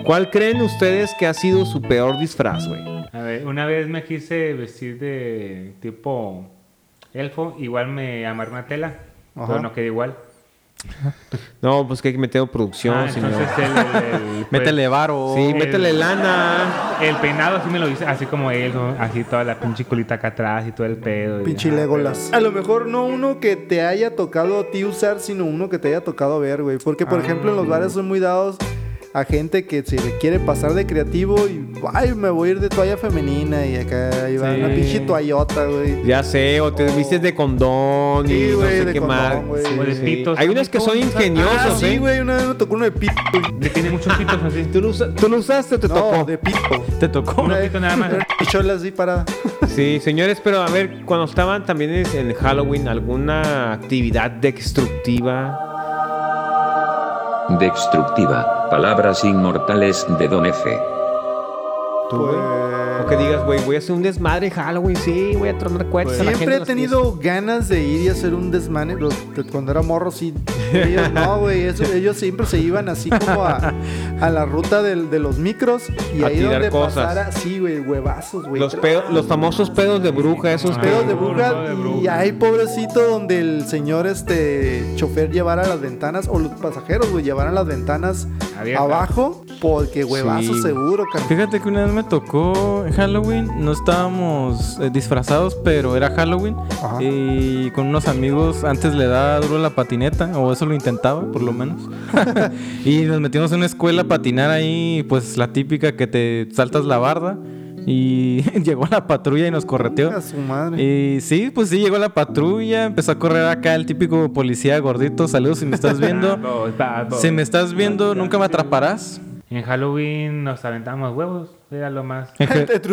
Speaker 6: ¿cuál creen ustedes que ha sido su peor disfraz, güey?
Speaker 4: A ver, una vez me quise vestir de tipo elfo, igual me amarré una tela,
Speaker 5: Ajá.
Speaker 4: pero no quedé igual.
Speaker 6: No, pues que hay que meter producción,
Speaker 4: Ah,
Speaker 6: señor.
Speaker 4: entonces el, el- el-
Speaker 3: Métele varo.
Speaker 6: Sí,
Speaker 4: el-
Speaker 6: métele lana.
Speaker 4: El peinado así me lo hice, así como él, ¿no? así toda la pinche colita acá atrás y todo el pedo. y-
Speaker 5: Pinche Legolas. A lo mejor no uno que te haya tocado a ti usar, sino uno que te haya tocado ver, güey. Porque, por ejemplo, en los bares son muy dados a gente que se le quiere pasar de creativo y ay, me voy a ir de toalla femenina y acá ahí va
Speaker 6: Sí.
Speaker 5: una pinche toallota, güey.
Speaker 6: Ya sé, o te vistes de condón y
Speaker 5: Sí,
Speaker 6: no
Speaker 5: güey,
Speaker 6: sé
Speaker 5: de
Speaker 6: qué
Speaker 5: condón,
Speaker 6: más.
Speaker 5: güey.
Speaker 4: O de pitos.
Speaker 6: Hay unos que son ingeniosos,
Speaker 5: Ah, sí,
Speaker 6: ¿eh?
Speaker 5: güey, una vez me tocó uno de pito.
Speaker 4: Que tiene muchos pitos así.
Speaker 6: ¿Tú lo, usa- tú lo usaste o te
Speaker 5: No,
Speaker 6: tocó?
Speaker 5: de pito.
Speaker 3: ¿Te tocó?
Speaker 4: Uno pito nada más.
Speaker 5: Era una pichola así para
Speaker 6: Sí, señores, pero a ver, cuando estaban también es- en Halloween, ¿alguna actividad destructiva?
Speaker 11: Destructiva. Palabras inmortales de Don F.
Speaker 6: ¿Tú, güey?
Speaker 5: Pues
Speaker 6: O que digas, güey, voy a hacer un desmadre en Halloween, sí, voy a tronar cohetes. a Pues, la gente
Speaker 5: Pues, Siempre
Speaker 6: en
Speaker 5: he
Speaker 6: las
Speaker 5: tenido ganas de ir y hacer un desmane. pero de- Cuando era morro, sí. Ellos, no, güey. eso- Ellos siempre se iban así como a, a la ruta del- de los micros. Y
Speaker 6: A
Speaker 5: ahí
Speaker 6: tirar
Speaker 5: donde
Speaker 6: cosas.
Speaker 5: pasara, sí, güey, huevazos, güey.
Speaker 6: fiestas. Los, pedo- los famosos pedos de bruja, esos
Speaker 4: Ah.
Speaker 5: pedos de
Speaker 4: Burro
Speaker 5: burga.
Speaker 4: de
Speaker 5: Y
Speaker 4: bruja.
Speaker 5: ahí, pobrecito, donde el señor este chofer llevara las ventanas, o los pasajeros, güey, llevaran las ventanas
Speaker 4: Abiertas.
Speaker 5: abajo. Porque huevazos
Speaker 6: Sí.
Speaker 5: seguro, carnal.
Speaker 3: Fíjate que una vez me tocó en Halloween, no estábamos eh, disfrazados, pero era Halloween
Speaker 5: Ajá.
Speaker 3: y con unos amigos antes le daba duro la patineta, o eso lo intentaba por lo menos. y nos metimos en una escuela a patinar ahí, pues la típica que te saltas la barda y llegó la patrulla y nos correteó.
Speaker 5: A su madre.
Speaker 3: Y sí, pues sí, llegó la patrulla, empezó a correr acá el típico policía gordito, saludos si me estás viendo.
Speaker 4: Babo, es babo.
Speaker 3: Si me estás viendo, nunca me atraparás.
Speaker 4: En Halloween nos aventamos huevos. Era lo más,
Speaker 5: ¿Entre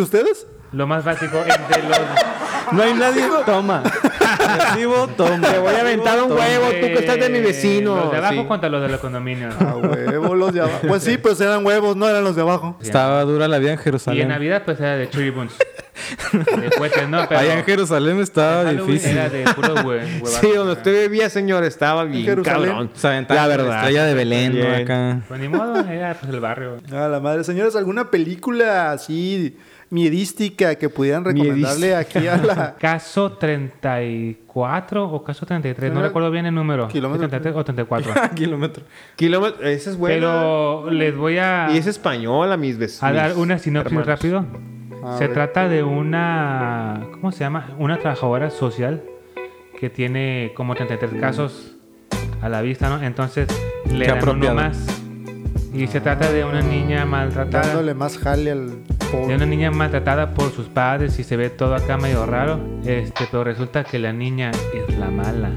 Speaker 5: ustedes?
Speaker 4: lo más básico. Entre los.
Speaker 3: No hay nadie. Toma. Recibo, toma.
Speaker 6: Te voy a aventar un
Speaker 3: Eh,
Speaker 6: huevo, tú que estás de mi
Speaker 4: Los
Speaker 6: vecino.
Speaker 4: de abajo
Speaker 6: sí.
Speaker 4: contra los de los condominios.
Speaker 5: A huevo, los de abajo. Pues sí, pues eran huevos, no eran los de abajo.
Speaker 3: Estaba dura la vida en
Speaker 4: Y en
Speaker 3: Jerusalén.
Speaker 4: Navidad, pues era de tribunes. De cohetes, ¿no? Pero
Speaker 3: Allá en Jerusalén estaba
Speaker 4: Halloween
Speaker 3: difícil.
Speaker 4: Era de puro hue- huevazo.
Speaker 6: Sí, donde usted bebía, señor, estaba bien
Speaker 5: Jerusalén.
Speaker 6: cabrón.
Speaker 3: Se aventaba
Speaker 6: La
Speaker 3: la
Speaker 6: verdad.
Speaker 3: estrella de Belén, ¿no?
Speaker 6: Bien.
Speaker 3: Acá.
Speaker 4: Pues ni modo, era pues, el barrio.
Speaker 5: A la madre, señores, ¿alguna película así miedística que pudieran recomendarle aquí a la
Speaker 4: Caso 34 o caso 33, no
Speaker 5: Era-
Speaker 4: recuerdo bien el número.
Speaker 5: Kilómetro.
Speaker 4: 33 o 34.
Speaker 3: Kilómetro.
Speaker 6: Kilómetro, ese es bueno.
Speaker 4: Pero les voy a,
Speaker 6: Y es española, mis vecinos.
Speaker 4: a dar una sinopsis
Speaker 6: hermanos.
Speaker 4: rápido.
Speaker 5: A
Speaker 4: se
Speaker 5: ver.
Speaker 4: trata de una, ¿cómo se llama? Una trabajadora social que tiene como 33 casos a la vista, ¿no? Entonces le
Speaker 3: Qué
Speaker 4: dan uno
Speaker 3: apropiado.
Speaker 4: más. Y se trata de una niña maltratada.
Speaker 5: dándole más jale al
Speaker 4: De
Speaker 5: pobre?
Speaker 4: una niña maltratada por sus padres y se ve todo acá medio raro. Este, pero resulta que la niña es la mala.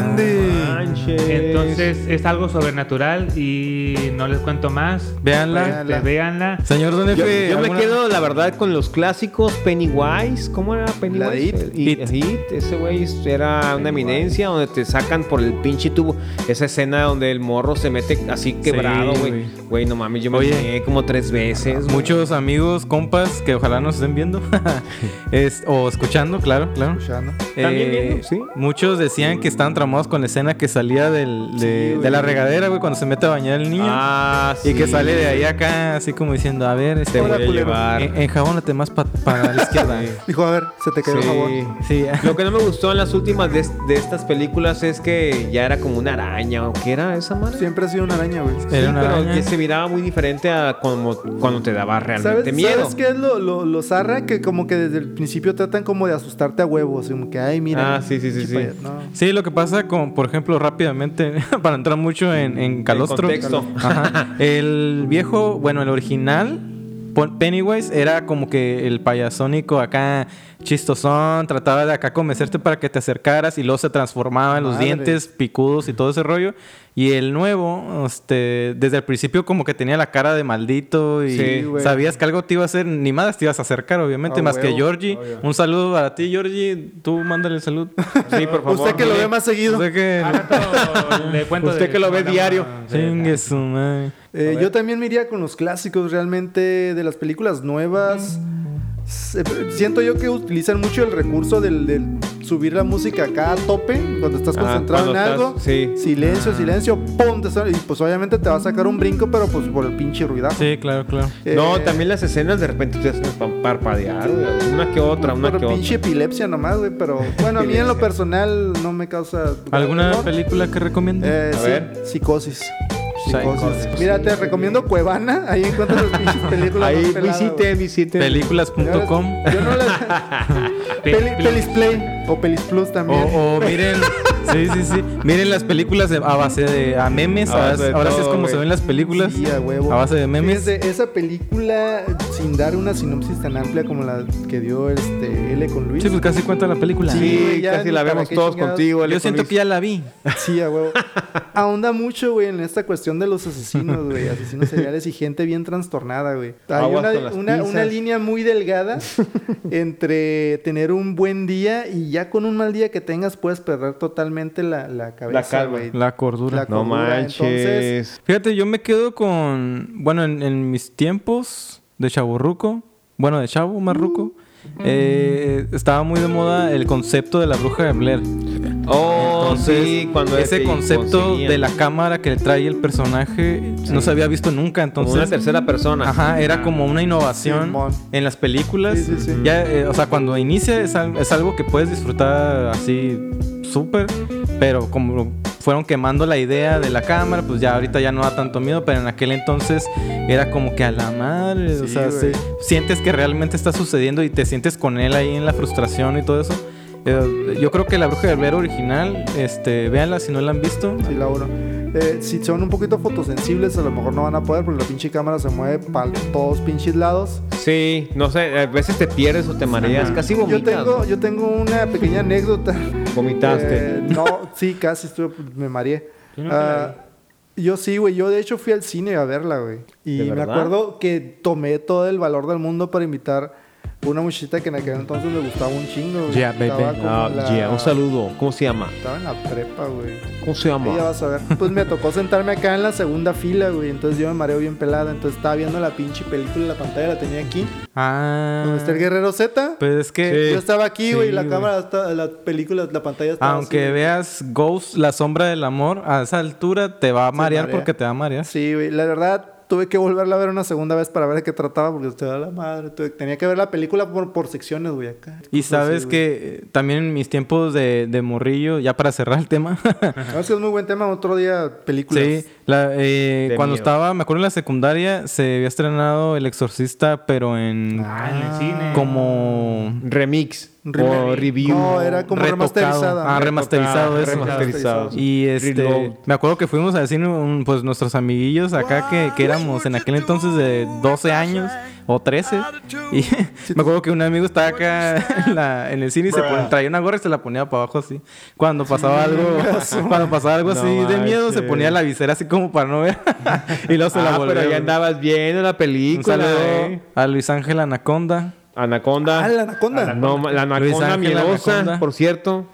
Speaker 5: ¡Ande!
Speaker 6: Manches.
Speaker 4: Entonces es algo sobrenatural y no les cuento más.
Speaker 3: Véanla.
Speaker 4: Este, véanla.
Speaker 3: Señor Don
Speaker 6: Yo,
Speaker 3: F.
Speaker 6: yo me
Speaker 3: ¿alguna-
Speaker 6: quedo, la verdad, con los clásicos Pennywise. ¿Cómo era Pennywise?
Speaker 5: La de It.
Speaker 6: El- Y,
Speaker 3: It.
Speaker 6: It. Ese güey era una eminencia donde te sacan por el pinche tubo. Esa escena donde el morro se mete así quebrado, güey.
Speaker 3: güey.
Speaker 6: Güey, no mames, yo me
Speaker 3: Oye.
Speaker 6: mié como tres veces. güey.
Speaker 3: Muchos amigos, compas, que ojalá nos estén viendo. Es- o escuchando, claro, claro.
Speaker 5: Escuchando.
Speaker 6: También
Speaker 3: Eh,
Speaker 6: viendo, sí.
Speaker 3: Muchos decían que estaban tramados con la escena que salía del- de, de la regadera, güey, cuando se mete a bañar el niño.
Speaker 6: Ah,
Speaker 3: Y que
Speaker 6: sí.
Speaker 3: sale de ahí acá, así como diciendo, a ver,
Speaker 6: Te
Speaker 3: este,
Speaker 6: voy a
Speaker 3: en-
Speaker 6: llevar.
Speaker 3: enjabónate más pa- para la izquierda.
Speaker 5: Dijo, a ver, se te cayó el jabón.
Speaker 3: Sí.
Speaker 6: Lo que no me gustó en las últimas de, de estas películas es que ya era como una araña o qué era esa madre.
Speaker 5: Siempre ha sido una araña, güey.
Speaker 6: Sí,
Speaker 3: Era una
Speaker 6: pero
Speaker 3: araña.
Speaker 6: que se miraba muy diferente a como cuando te daba realmente
Speaker 5: ¿Sabes,
Speaker 6: miedo.
Speaker 5: ¿Sabes qué es lo, lo, lo zarra? Que como que desde el principio tratan como de asustarte a huevos. Como que, ay, mira.
Speaker 6: Ah, sí, sí, sí,
Speaker 5: pinche
Speaker 6: sí.
Speaker 5: payaso. No.
Speaker 3: Sí, lo que pasa con, por ejemplo, rápidamente, para entrar mucho en, en calostro.
Speaker 6: contexto.
Speaker 3: Ajá. El viejo, bueno, el original, Pon- Pennywise, era como que el payasónico acá chistosón, trataba de acá convencerte para que te acercaras y luego se transformaba en los
Speaker 5: Madre.
Speaker 3: dientes picudos y todo ese rollo. Y el nuevo, este, desde el principio como que tenía la cara de maldito y
Speaker 6: Sí,
Speaker 5: güey.
Speaker 3: sabías que algo te iba a hacer, ni más te ibas a acercar, obviamente,
Speaker 5: A
Speaker 3: más que
Speaker 5: huevo.
Speaker 3: Georgie. Un saludo para ti, Georgie. Tú mándale el saludo.
Speaker 6: Sí, por favor.
Speaker 5: Usted que lo ve más seguido.
Speaker 3: Sé que-
Speaker 4: Al rato le cuento
Speaker 6: Usted
Speaker 4: de-
Speaker 6: que lo ve
Speaker 4: de-
Speaker 6: diario.
Speaker 4: de-
Speaker 3: Chingue su madre.
Speaker 5: Eh, yo también me iría con los clásicos realmente de las películas nuevas. S- eh, Siento yo que utilizan mucho el recurso del, del subir la música acá a tope cuando estás
Speaker 6: Ah,
Speaker 5: concentrado
Speaker 6: cuando
Speaker 5: en
Speaker 6: estás-
Speaker 5: algo.
Speaker 6: sí. Ah.
Speaker 5: Silencio, silencio, pum, te sale- y pues obviamente te va a sacar un brinco, pero pues por el pinche ruidazo.
Speaker 3: Sí, claro, claro.
Speaker 5: Eh,
Speaker 6: No, también las escenas de repente te hacen pa- parpadear. güey. Una que otra, una
Speaker 5: por
Speaker 6: que
Speaker 5: pinche
Speaker 6: otra.
Speaker 5: epilepsia nomás, güey, pero bueno, a mí en lo personal no me causa
Speaker 3: ¿Alguna
Speaker 5: terror.
Speaker 3: película que recomiende?
Speaker 5: Eh,
Speaker 6: A
Speaker 5: sí,
Speaker 6: ver.
Speaker 5: Psicosis.
Speaker 3: Psicosis.
Speaker 5: Psicosis. Mira, te recomiendo Cuevana, ahí encuentras las pinches películas.
Speaker 6: Ahí
Speaker 5: más peladas, güey.
Speaker 6: visiten, visiten.
Speaker 3: Películas.com
Speaker 5: Yo no las. Peli- Pelis Play o Pelis Plus también.
Speaker 3: o, o miren Sí, sí, sí. Miren las películas de- a base de a memes.
Speaker 5: A base
Speaker 3: ahora
Speaker 5: de
Speaker 3: ahora sí es
Speaker 5: todo,
Speaker 3: como se
Speaker 5: güey.
Speaker 3: ven las películas.
Speaker 5: Sí, a huevo.
Speaker 3: base de memes.
Speaker 5: Fíjense, esa película, sin dar una sinopsis tan amplia como la que dio este L con Luis.
Speaker 3: Sí, pues casi cuenta la película.
Speaker 5: güey, ya ni para qué chingados.
Speaker 3: Yo siento que ya la vi.
Speaker 5: Sí, a huevo. Ahonda mucho, güey, en esta cuestión de los asesinos, güey. Asesinos seriales y gente bien trastornada, güey. Hay
Speaker 6: Aguas
Speaker 5: una,
Speaker 6: con las
Speaker 5: una- una
Speaker 6: pizzas.
Speaker 5: línea muy delgada entre tener un buen día y ya con un mal día que tengas puedes perder totalmente la, la cabeza,
Speaker 6: calma.
Speaker 5: güey.
Speaker 3: La cordura.
Speaker 5: La No cordura, manches. entonces-
Speaker 3: Fíjate, yo me quedo con. Bueno, en, en mis tiempos de chaburruco, bueno, de chavo más ruco,
Speaker 6: Mm.
Speaker 3: eh, estaba muy de moda el concepto de la bruja de Blair.
Speaker 6: Oh, sí, cuando
Speaker 3: ese
Speaker 6: te
Speaker 3: concepto
Speaker 6: conseguían.
Speaker 3: de la cámara que trae el personaje no se había visto nunca, entonces
Speaker 6: una tercera persona.
Speaker 3: Ajá, era como una innovación
Speaker 5: Simón.
Speaker 3: en las películas. Ya, eh, o sea, cuando inicia es, al- es algo que puedes disfrutar así súper, pero como fueron quemando la idea de la cámara, pues ya ahorita ya no da tanto miedo, pero en aquel entonces era como que a la madre, o
Speaker 5: Sí,
Speaker 3: sea,
Speaker 5: güey.
Speaker 3: sí, sientes que realmente está sucediendo y te sientes con él ahí en la frustración y todo eso. Eh, Yo creo que la bruja de Blair original, este, véanla si no la han visto.
Speaker 5: Sí, la uno. Eh, si son un poquito fotosensibles, a lo mejor no van a poder porque la pinche cámara se mueve para todos pinches lados.
Speaker 6: Sí, no sé, a veces te pierdes o te mareas, casi vomitas.
Speaker 5: Yo tengo, yo tengo una pequeña anécdota.
Speaker 6: Vomitaste.
Speaker 5: Eh, no, sí, casi estuve, me mareé.
Speaker 6: Yo no
Speaker 5: Ah, yo sí, güey. Yo de hecho fui al cine a verla, güey. Y
Speaker 6: ¿De
Speaker 5: me
Speaker 6: verdad?
Speaker 5: acuerdo que tomé todo el valor del mundo para invitar una muchachita que en aquel entonces me gustaba un chingo. güey.
Speaker 6: Yeah,
Speaker 5: Estaba
Speaker 6: baby.
Speaker 5: como
Speaker 6: Ah,
Speaker 5: la-
Speaker 6: yeah, Un saludo. ¿Cómo se llama?
Speaker 5: Estaba en la prepa, güey.
Speaker 6: ¿Cómo se
Speaker 5: Ahí ya
Speaker 6: llama?
Speaker 5: vas a ver. Pues me tocó sentarme acá en la segunda fila, güey. Entonces yo me mareo bien pelada. Entonces estaba viendo la pinche película en la pantalla, la tenía aquí.
Speaker 3: Ah.
Speaker 5: Donde está el Guerrero Z. Eh,
Speaker 3: Pues es que...
Speaker 5: Yo estaba aquí,
Speaker 3: Sí,
Speaker 5: güey. la
Speaker 3: güey.
Speaker 5: cámara, está- la película, la pantalla estaba
Speaker 3: Aunque
Speaker 5: así, güey.
Speaker 3: veas Ghost, la sombra del amor, a esa altura te va a marear
Speaker 5: marea.
Speaker 3: porque te va a marear.
Speaker 5: Sí, güey. La verdad, tuve que volverla a ver una segunda vez para ver de qué trataba. Porque usted a la madre. tuve- tenía que ver la película por, por secciones, güey. Acá.
Speaker 3: Y sabes
Speaker 5: güey.
Speaker 3: que eh, también en mis tiempos de, de morrillo, ya para cerrar el tema,
Speaker 5: No, es que es muy buen tema. Otro día, películas.
Speaker 3: sí, la, eh,
Speaker 6: De
Speaker 3: cuando
Speaker 6: miedo.
Speaker 3: estaba, me acuerdo en la secundaria, se había estrenado El Exorcista, pero en
Speaker 4: Ah, en el cine.
Speaker 3: como
Speaker 6: Remix.
Speaker 5: Remake.
Speaker 6: O review.
Speaker 5: No, era como
Speaker 3: retocado.
Speaker 5: remasterizada.
Speaker 3: Ah, remasterizado eso.
Speaker 6: Remasterizado.
Speaker 3: Y este,
Speaker 6: Reload.
Speaker 3: me acuerdo que fuimos a decir pues nuestros amiguillos acá que, que éramos en aquel entonces de 12 años o 13. Y me acuerdo que un amigo estaba acá en, la- en el cine y se pone- traía una gorra y se la ponía para abajo así. Cuando pasaba algo, cuando pasaba algo así
Speaker 6: No
Speaker 3: de miedo, se
Speaker 6: manches.
Speaker 3: ponía la visera así como para no ver. y luego se la
Speaker 6: Ah,
Speaker 3: volvió.
Speaker 6: pero ya andabas viendo la
Speaker 3: Un
Speaker 6: película.
Speaker 3: saludo
Speaker 6: eh.
Speaker 3: a Luis Ángel Anaconda.
Speaker 6: Anaconda.
Speaker 5: Ah, la anaconda.
Speaker 6: No, ma- la
Speaker 3: Luis
Speaker 6: anaconda
Speaker 3: Ángel Anaconda.
Speaker 6: miedosa, por cierto.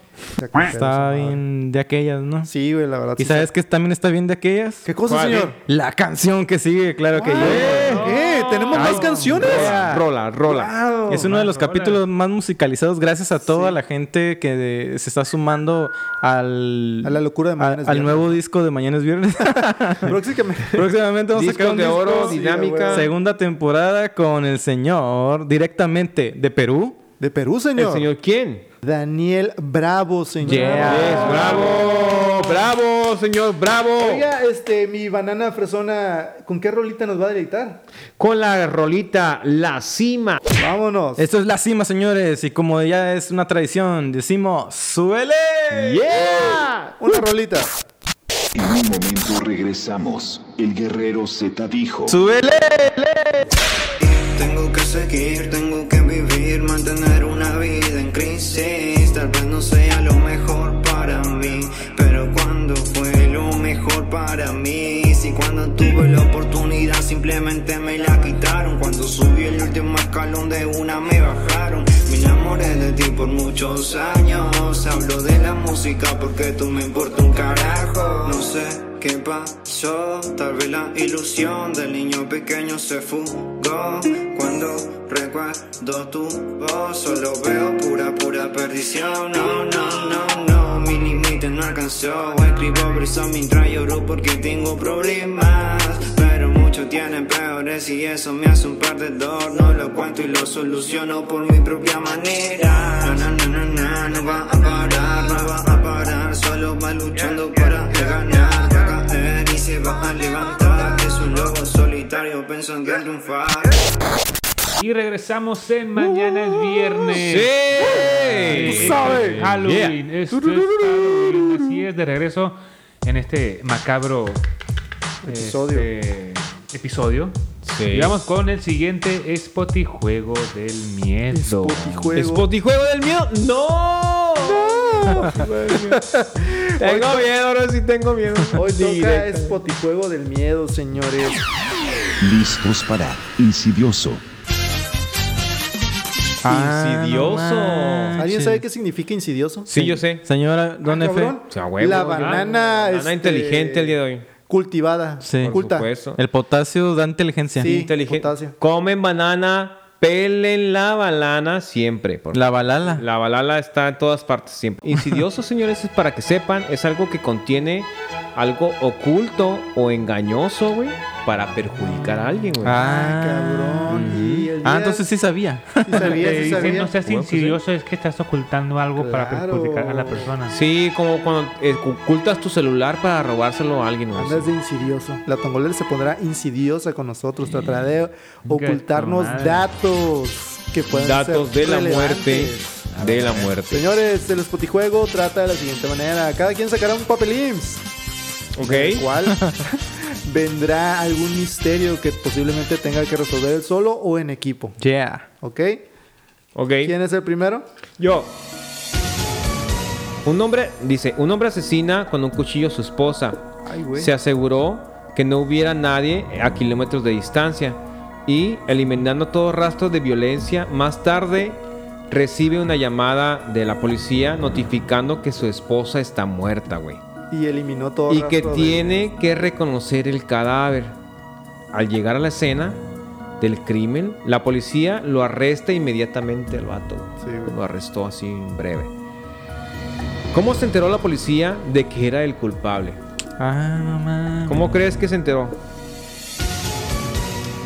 Speaker 3: Está bien de aquellas, ¿no?
Speaker 5: Sí, güey, la verdad.
Speaker 3: ¿Y
Speaker 5: sí.
Speaker 3: sabes que también está bien de aquellas?
Speaker 5: ¿Qué cosa,
Speaker 6: ¿Cuál? eh?
Speaker 5: señor?
Speaker 3: La canción que sigue, claro que
Speaker 5: ¿Qué?
Speaker 3: yo.
Speaker 5: ¿Qué? ¿Tenemos Pues, más canciones?
Speaker 6: Ah, Rola, rola.
Speaker 5: Wow.
Speaker 3: Es uno de los capítulos más musicalizados gracias a toda la gente que de- se está sumando al,
Speaker 5: A la locura de
Speaker 3: a-
Speaker 5: Mañana es
Speaker 3: al
Speaker 5: Viernes.
Speaker 3: nuevo disco de Mañana es Viernes.
Speaker 5: Próximamente.
Speaker 3: Próximamente vamos a sacar
Speaker 6: Discos
Speaker 3: un
Speaker 6: de
Speaker 3: disco.
Speaker 6: oro,
Speaker 5: sí,
Speaker 6: dinámica.
Speaker 3: Segunda temporada con el señor directamente de Perú.
Speaker 5: De Perú, señor.
Speaker 6: ¿El señor quién?
Speaker 5: Daniel Bravo, señor.
Speaker 6: Yes,
Speaker 5: Ah.
Speaker 6: bravo, bravo, señor, bravo.
Speaker 5: Oiga, este, mi banana fresona, ¿con qué rolita nos va a deleitar?
Speaker 6: Con la rolita La Cima.
Speaker 5: Vámonos.
Speaker 3: Esto es la cima, señores. Y como ya es una tradición, decimos: ¡Suele!
Speaker 6: Yeah.
Speaker 5: Una rolita.
Speaker 9: En un momento regresamos. El guerrero Z dijo.
Speaker 3: ¡Súbele!
Speaker 12: Tengo que seguir, tengo que vivir, mantener una vida en crisis. Tal vez no sea lo mejor para mí, pero cuando fue lo mejor para mí, si cuando tuve la oportunidad simplemente me la quitaron. Cuando subí el último escalón de una me bajaron. Me enamoré de ti por muchos años. Hablo de la música porque tú me importa un carajo. No sé. ¿Qué pasó? Tal vez la ilusión del niño pequeño se fugó. Cuando recuerdo tu voz, solo veo pura, pura perdición. No, no, no, no, mi límite no alcanzó. Escribo brisa mientras lloro porque tengo problemas. Pero muchos tienen peores y eso me hace un perdedor. No lo cuento y lo soluciono por mi propia manera. Na, na, na, na, no va a parar, no va a parar. Solo va luchando para ganar. Va a caer y se va a levantar. Es un lobo solitario pensando en triunfar.
Speaker 4: Y regresamos en mañana es viernes.
Speaker 6: ¡Sí!
Speaker 4: Sí,
Speaker 6: ¡Sabe!
Speaker 4: es Halloween.
Speaker 6: Yeah.
Speaker 4: Esto es Halloween. Así es, de regreso en este macabro
Speaker 5: Episodio.
Speaker 4: este, episodio.
Speaker 6: Sí.
Speaker 4: Y vamos con el siguiente Spotify Juego del Miedo.
Speaker 5: Juego.
Speaker 6: Spotify Juego del Miedo. ¡No! tengo miedo, ahora sí tengo miedo.
Speaker 5: Hoy toca este-
Speaker 6: Directo.
Speaker 5: es Potijuego del Miedo, señores.
Speaker 9: Listos para Insidioso.
Speaker 3: Ah,
Speaker 6: Insidioso.
Speaker 5: ¿Alguien sabe qué significa insidioso?
Speaker 6: Sí, yo sé.
Speaker 3: Señora Don
Speaker 5: Ah,
Speaker 3: F.
Speaker 5: cabrón.
Speaker 6: O sea, huevo,
Speaker 5: La
Speaker 6: ¿verdad?
Speaker 5: banana,
Speaker 6: Banana
Speaker 5: este,
Speaker 6: inteligente el día de hoy.
Speaker 5: Cultivada,
Speaker 3: Sí.
Speaker 6: Por
Speaker 5: culta.
Speaker 6: supuesto.
Speaker 3: El potasio da inteligencia.
Speaker 5: Sí,
Speaker 6: Inteligente.
Speaker 5: potasio.
Speaker 6: Comen banana, pelen la banana siempre. por
Speaker 3: La balala.
Speaker 6: La balala está en todas partes siempre. Insidioso, señores, es para que sepan, es algo que contiene algo oculto o engañoso, güey, para perjudicar a alguien, güey.
Speaker 5: Ah, cabrón. Y el
Speaker 3: Ah,
Speaker 5: día-
Speaker 3: entonces sí sabía.
Speaker 5: Sí sabía,
Speaker 4: Te
Speaker 5: sí
Speaker 4: dicen,
Speaker 5: sabía.
Speaker 4: Eh, no seas
Speaker 6: Bueno, pues,
Speaker 4: insidioso, es que estás ocultando algo para
Speaker 5: Claro.
Speaker 4: perjudicar a la persona.
Speaker 6: Sí, como cuando eh, ocultas tu celular para robárselo a alguien, güey.
Speaker 5: Andas de insidioso. La tongolera se pondrá insidiosa con nosotros. Tratará de ocultarnos
Speaker 4: madre.
Speaker 5: datos que puedan
Speaker 6: Datos
Speaker 5: ser
Speaker 6: de la muerte.
Speaker 5: relevantes.
Speaker 6: De la muerte.
Speaker 5: Señores, el espotijuego trata de la siguiente manera. Cada quien sacará un papel IMSS. del
Speaker 6: Ok.
Speaker 5: cual vendrá algún misterio que posiblemente tenga que resolver él solo o en equipo.
Speaker 3: Yeah.
Speaker 5: ¿Ok?
Speaker 6: Ok.
Speaker 5: ¿Quién es el primero?
Speaker 6: Yo. Un hombre, dice, un hombre asesina con un cuchillo a su esposa.
Speaker 5: Ay, güey.
Speaker 6: Se aseguró que no hubiera nadie a kilómetros de distancia. Y eliminando todo rastro de violencia, más tarde recibe una llamada de la policía notificando que su esposa está muerta, güey.
Speaker 5: Y eliminó todo.
Speaker 6: Y que
Speaker 5: rastro de-
Speaker 6: tiene que reconocer el cadáver. Al llegar a la escena del crimen, la policía lo arresta inmediatamente al vato. güey.
Speaker 5: Sí, güey.
Speaker 6: Lo arrestó así en breve. ¿Cómo se enteró la policía de que era el culpable?
Speaker 3: Ah, mamá.
Speaker 6: ¿Cómo crees que se enteró?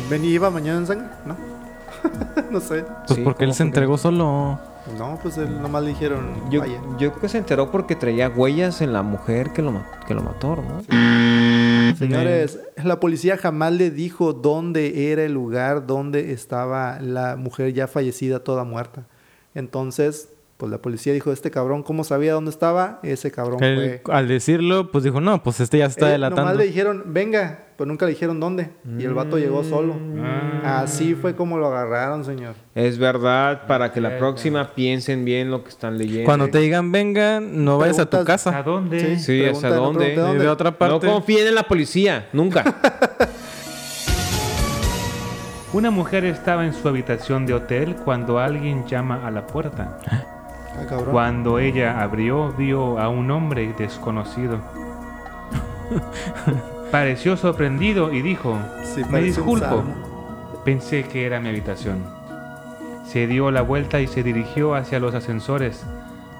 Speaker 5: Ven y iba mañana en sangre, ¿no? no sé.
Speaker 3: Pues
Speaker 6: Sí,
Speaker 3: porque él
Speaker 6: ¿cómo fue
Speaker 3: se
Speaker 6: que-
Speaker 3: entregó solo.
Speaker 5: No, pues él nomás le dijeron.
Speaker 6: Yo,
Speaker 5: vaya.
Speaker 6: yo creo que se enteró porque traía huellas en la mujer que lo, ma- que lo mató, ¿no?
Speaker 5: Señores, la policía jamás le dijo dónde era el lugar donde estaba la mujer ya fallecida, toda muerta. Entonces, pues la policía dijo, este cabrón, ¿cómo sabía dónde estaba? Ese cabrón
Speaker 3: Él,
Speaker 5: fue...
Speaker 3: al decirlo, pues dijo, no, pues este ya se está
Speaker 5: Eh,
Speaker 3: delatando.
Speaker 5: Nomás le dijeron, venga, pero nunca le dijeron dónde. Y el vato llegó solo.
Speaker 3: Mm.
Speaker 5: Así fue como lo agarraron, señor.
Speaker 6: Es verdad, para que la próxima piensen bien lo que están leyendo.
Speaker 3: Cuando te digan vengan, no vayas a tu
Speaker 5: eh. Preguntas-
Speaker 4: ¿A
Speaker 3: casa.
Speaker 4: dónde?
Speaker 6: Sí, ¿hasta
Speaker 5: Pregunta, no
Speaker 6: dónde?
Speaker 5: pregunta dónde.
Speaker 3: De otra
Speaker 6: No
Speaker 3: parte.
Speaker 6: confíen en la policía, nunca.
Speaker 4: Una mujer estaba en su habitación de hotel cuando alguien llama a la puerta.
Speaker 5: Ah, cabrón.
Speaker 4: Cuando ella abrió, vio a un hombre desconocido. Pareció sorprendido y dijo,
Speaker 5: Sí,
Speaker 4: me
Speaker 5: parece un
Speaker 4: disculpo,
Speaker 5: salmo.
Speaker 4: pensé que era mi habitación. Se dio la vuelta y se dirigió hacia los ascensores.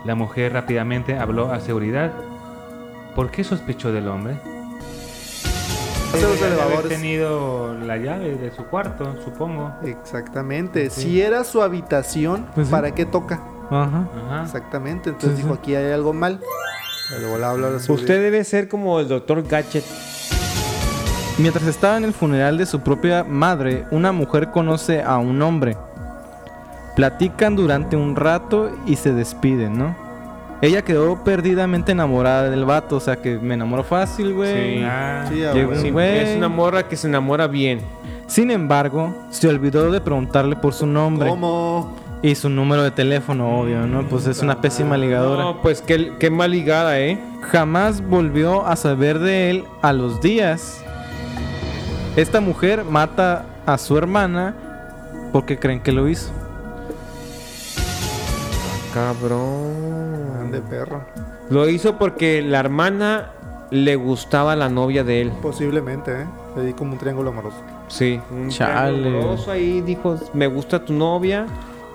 Speaker 4: La mujer rápidamente habló a seguridad. ¿Por qué sospechó del hombre?
Speaker 5: Hace los
Speaker 4: Debe haber
Speaker 5: elevadores.
Speaker 4: tenido la llave de su cuarto, supongo.
Speaker 5: Exactamente. Si era su habitación,
Speaker 3: Pues sí.
Speaker 5: ¿para qué toca?
Speaker 3: Ajá.
Speaker 4: Ajá.
Speaker 5: Exactamente. Entonces
Speaker 3: Sí,
Speaker 5: dijo,
Speaker 3: sí.
Speaker 5: aquí hay algo mal. Pero le habla a la seguridad.
Speaker 6: Usted debe ser como el doctor Gadget.
Speaker 3: Mientras estaba en el funeral de su propia madre, una mujer conoce a un hombre. Platican durante un rato y se despiden, ¿no? Ella quedó perdidamente enamorada del vato, o sea que me enamoró fácil, güey.
Speaker 6: Sí.
Speaker 4: Ah,
Speaker 5: Sí, ah,
Speaker 3: Llegó
Speaker 5: bueno.
Speaker 3: un
Speaker 6: Sí,
Speaker 3: güey.
Speaker 6: es una morra que se enamora bien.
Speaker 3: Sin embargo, se olvidó de preguntarle por su nombre
Speaker 5: ¿Cómo?
Speaker 3: y su número de teléfono, obvio, ¿no? Pues es una pésima ligadora.
Speaker 6: No, pues qué, qué mal ligada, ¿eh?
Speaker 3: Jamás volvió a saber de él a los días. Esta mujer mata a su hermana porque creen que lo hizo.
Speaker 5: Ande,
Speaker 6: Cabrón.
Speaker 5: perro.
Speaker 6: Lo hizo porque la hermana le gustaba la novia de él.
Speaker 5: Posiblemente, ¿eh? Le di como un triángulo amoroso.
Speaker 6: Sí. Un
Speaker 3: Chale.
Speaker 6: triángulo amoroso ahí dijo, me gusta tu novia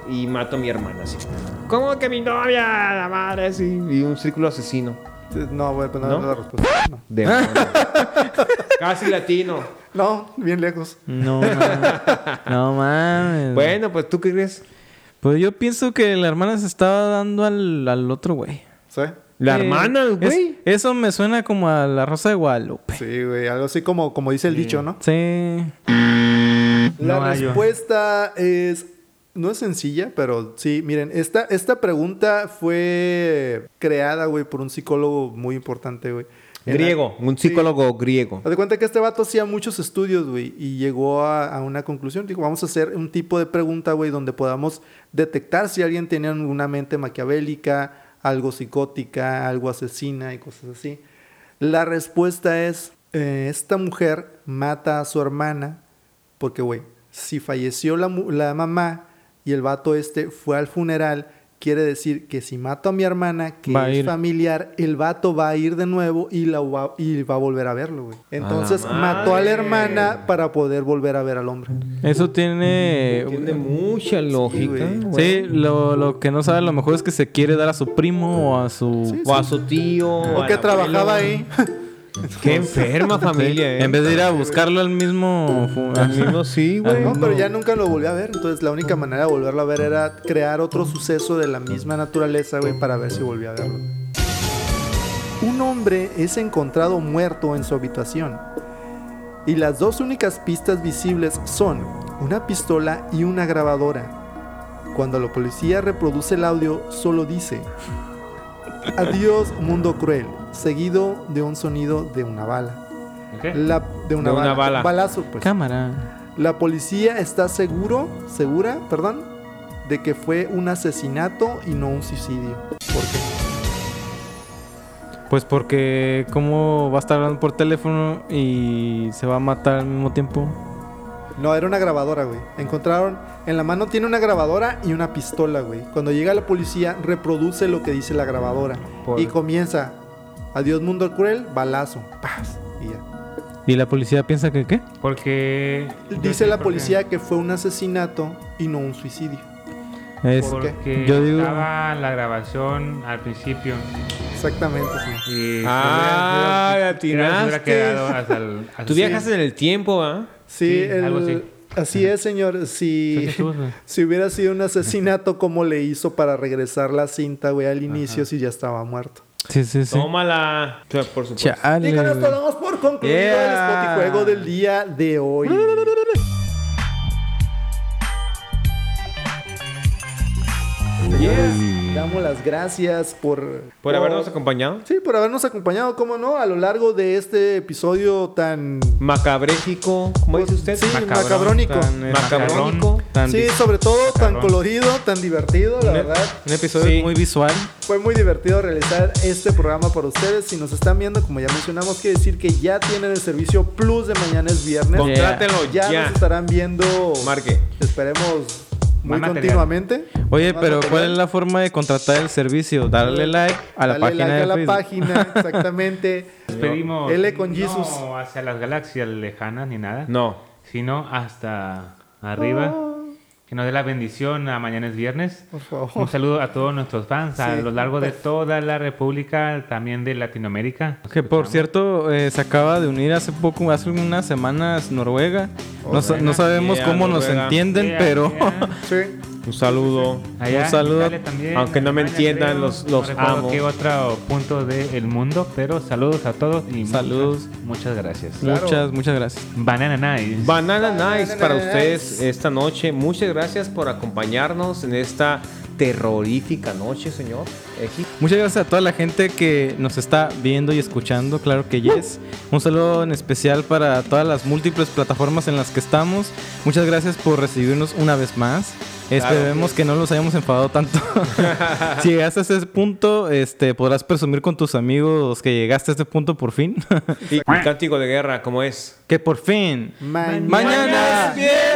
Speaker 6: y mato a mi hermana. Así. ¿Cómo que mi novia? La madre, así. Y un círculo asesino.
Speaker 5: Entonces, No, güey, pero no,
Speaker 6: ¿No?
Speaker 5: es la respuesta. No.
Speaker 6: De Casi latino.
Speaker 5: No, bien lejos.
Speaker 3: No mames. no mames.
Speaker 6: Bueno, pues tú qué crees.
Speaker 3: Pues yo pienso que la hermana se estaba dando al, al otro güey.
Speaker 5: ¿Sí?
Speaker 6: La
Speaker 3: Eh,
Speaker 6: hermana,
Speaker 3: es-
Speaker 6: güey.
Speaker 3: eso me suena como a la Rosa de Guadalupe.
Speaker 5: Sí, güey. Algo así como, como dice el dicho, ¿no?
Speaker 3: Sí.
Speaker 5: La
Speaker 4: No hallo.
Speaker 5: respuesta es. No es sencilla, pero sí, miren, esta, esta pregunta fue creada, güey, por un psicólogo muy importante, güey. En la-
Speaker 6: Griego, un psicólogo griego.
Speaker 5: Haz de cuenta que este vato hacía muchos estudios, güey, y llegó a, a una conclusión. Dijo, vamos a hacer un tipo de pregunta, güey, donde podamos detectar si alguien tenía una mente maquiavélica, algo psicótica, algo asesina y cosas así. La respuesta es, eh, esta mujer mata a su hermana porque, güey, si falleció la, mu- la mamá y el vato este fue al funeral, quiere decir que si mato a mi hermana, que
Speaker 3: Va a
Speaker 5: es
Speaker 3: ir.
Speaker 5: familiar, el vato va a ir de nuevo y, la va, y va a volver a verlo, güey. Entonces
Speaker 6: A la
Speaker 5: mató a la
Speaker 6: madre.
Speaker 5: hermana para poder volver a ver al hombre.
Speaker 3: Eso tiene.
Speaker 6: Tiene mucha lógica. güey.
Speaker 3: Sí, lo, lo que no sabe a lo mejor es que se quiere dar a su primo o a su.
Speaker 6: O a su tío.
Speaker 5: O
Speaker 6: al
Speaker 5: que
Speaker 6: abuelo.
Speaker 5: trabajaba ahí.
Speaker 6: Qué enferma familia, eh.
Speaker 3: En vez de ir a buscarlo al mismo. fu-
Speaker 6: Al mismo sí, güey.
Speaker 5: No, pero ya nunca lo volví a ver. Entonces la
Speaker 6: Ah.
Speaker 5: única manera de volverlo a ver era crear otro suceso de la misma naturaleza, güey, para ver si volví a verlo. Un hombre es encontrado muerto en su habitación. Y las dos únicas pistas visibles son una pistola y una grabadora. Cuando la policía reproduce el audio, solo dice, Adiós mundo cruel, seguido de un sonido de una bala.
Speaker 4: ¿Qué?
Speaker 5: La, de una,
Speaker 6: De una
Speaker 5: bala.
Speaker 6: bala.
Speaker 5: Balazo, pues.
Speaker 3: Cámara.
Speaker 5: La policía está seguro, segura, perdón, de que fue un asesinato y no un suicidio. ¿Por qué?
Speaker 3: Pues porque, ¿cómo va a estar hablando por teléfono y se va a matar al mismo tiempo?
Speaker 5: No, era una grabadora, güey. Encontraron, en la mano tiene una grabadora y una pistola, güey. Cuando llega la policía, reproduce lo que dice la grabadora.
Speaker 6: Por-
Speaker 5: Y comienza, adiós mundo cruel, balazo, paz, y ya.
Speaker 3: ¿Y la policía piensa que qué?
Speaker 4: Porque. yo
Speaker 5: Dice
Speaker 4: sé
Speaker 5: la
Speaker 4: por
Speaker 5: policía
Speaker 4: qué.
Speaker 5: que fue un asesinato y no un suicidio.
Speaker 3: Es-
Speaker 5: ¿Por qué?
Speaker 4: Porque
Speaker 3: Yo digo-
Speaker 4: estaba la grabación al principio.
Speaker 5: Exactamente, sí.
Speaker 4: Y
Speaker 6: Ah,
Speaker 4: se hubiera- se hubiera- se hubiera
Speaker 6: atinaste.
Speaker 4: quedado hasta el- hasta
Speaker 6: Tú
Speaker 4: el-
Speaker 6: viajas en el tiempo, ¿ah?
Speaker 5: Sí,
Speaker 4: Sí,
Speaker 5: el-
Speaker 4: algo así.
Speaker 5: así es, señor. Si,
Speaker 4: Entonces tú, güey.
Speaker 5: si hubiera sido un asesinato, ¿cómo le hizo para regresar la cinta, güey, al inicio si ya estaba muerto?
Speaker 3: Sí, sí, sí.
Speaker 6: Tómala. O sea, por supuesto.
Speaker 3: Chale,
Speaker 5: Y con esto
Speaker 3: güey.
Speaker 5: damos por concluido
Speaker 6: Yeah.
Speaker 5: el Spotify del día de hoy. Damos las gracias por...
Speaker 6: Por habernos acompañado.
Speaker 5: Sí, por habernos acompañado, cómo no, a lo largo de este episodio tan...
Speaker 6: Macabréjico. ¿Cómo dice usted?
Speaker 5: Sí,
Speaker 4: Macabrón,
Speaker 5: macabrónico.
Speaker 3: Tan, eh,
Speaker 6: Macabrónico.
Speaker 3: tan
Speaker 5: Sí,
Speaker 3: vi-
Speaker 5: sobre todo tan
Speaker 4: Macabrón.
Speaker 5: colorido, tan divertido, la verdad.
Speaker 3: Un episodio
Speaker 6: Sí.
Speaker 3: muy visual.
Speaker 5: Fue muy divertido realizar este programa para ustedes. Si nos están viendo, como ya mencionamos, quiere decir que ya tienen el servicio Plus de mañana es viernes.
Speaker 6: Contrátelo
Speaker 5: Ya,
Speaker 6: ya.
Speaker 5: nos estarán viendo.
Speaker 6: Marque.
Speaker 5: Esperemos muy
Speaker 4: Más material.
Speaker 5: continuamente.
Speaker 3: Oye,
Speaker 5: Más
Speaker 3: pero ¿cuál
Speaker 5: material.
Speaker 3: es la forma de contratar el servicio? Darle like a la
Speaker 5: Dale
Speaker 3: página
Speaker 5: like
Speaker 3: de
Speaker 5: a la
Speaker 3: Facebook.
Speaker 5: página, exactamente.
Speaker 4: Nos pedimos.
Speaker 5: L con Jesus.
Speaker 4: No hacia las galaxias lejanas ni nada.
Speaker 6: No.
Speaker 4: Sino hasta arriba. Que nos dé la bendición a mañana es viernes.
Speaker 5: Ah. Por favor.
Speaker 4: Un saludo a todos nuestros fans a
Speaker 5: Sí.
Speaker 4: lo largo de toda la República, también de Latinoamérica.
Speaker 3: Que por cierto, eh, se acaba de unir hace poco, hace unas semanas Noruega. No, sa- no sabemos
Speaker 6: Yeah,
Speaker 3: cómo nos
Speaker 6: Noruega.
Speaker 3: entienden,
Speaker 4: Yeah,
Speaker 3: pero
Speaker 4: yeah.
Speaker 5: Sí.
Speaker 6: Un saludo.
Speaker 4: Allá
Speaker 3: Un saludo.
Speaker 4: en Italia también,
Speaker 6: Aunque no me
Speaker 4: España,
Speaker 6: entiendan,
Speaker 4: creo.
Speaker 6: los- los
Speaker 4: no recuerdo
Speaker 6: amo.
Speaker 4: qué otro punto del mundo, pero saludos a todos y
Speaker 3: Saludos.
Speaker 4: Muchas, muchas gracias.
Speaker 3: muchas, muchas gracias.
Speaker 4: Banana Nice.
Speaker 6: Banana Nice para
Speaker 5: Nice.
Speaker 6: ustedes esta noche. Muchas gracias por acompañarnos en esta terrorífica noche, señor. Eji.
Speaker 3: Muchas gracias a toda la gente que nos está viendo y escuchando, claro que yes. Un saludo en especial para todas las múltiples plataformas en las que estamos. Muchas gracias por recibirnos una vez más. Esperemos que no los hayamos enfadado tanto. si llegaste a ese punto, este, podrás presumir con tus amigos que llegaste a este punto por fin.
Speaker 6: Y el cántico de guerra, ¿cómo es?
Speaker 3: que por fin.
Speaker 5: Mañana.
Speaker 3: Mañana es viernes.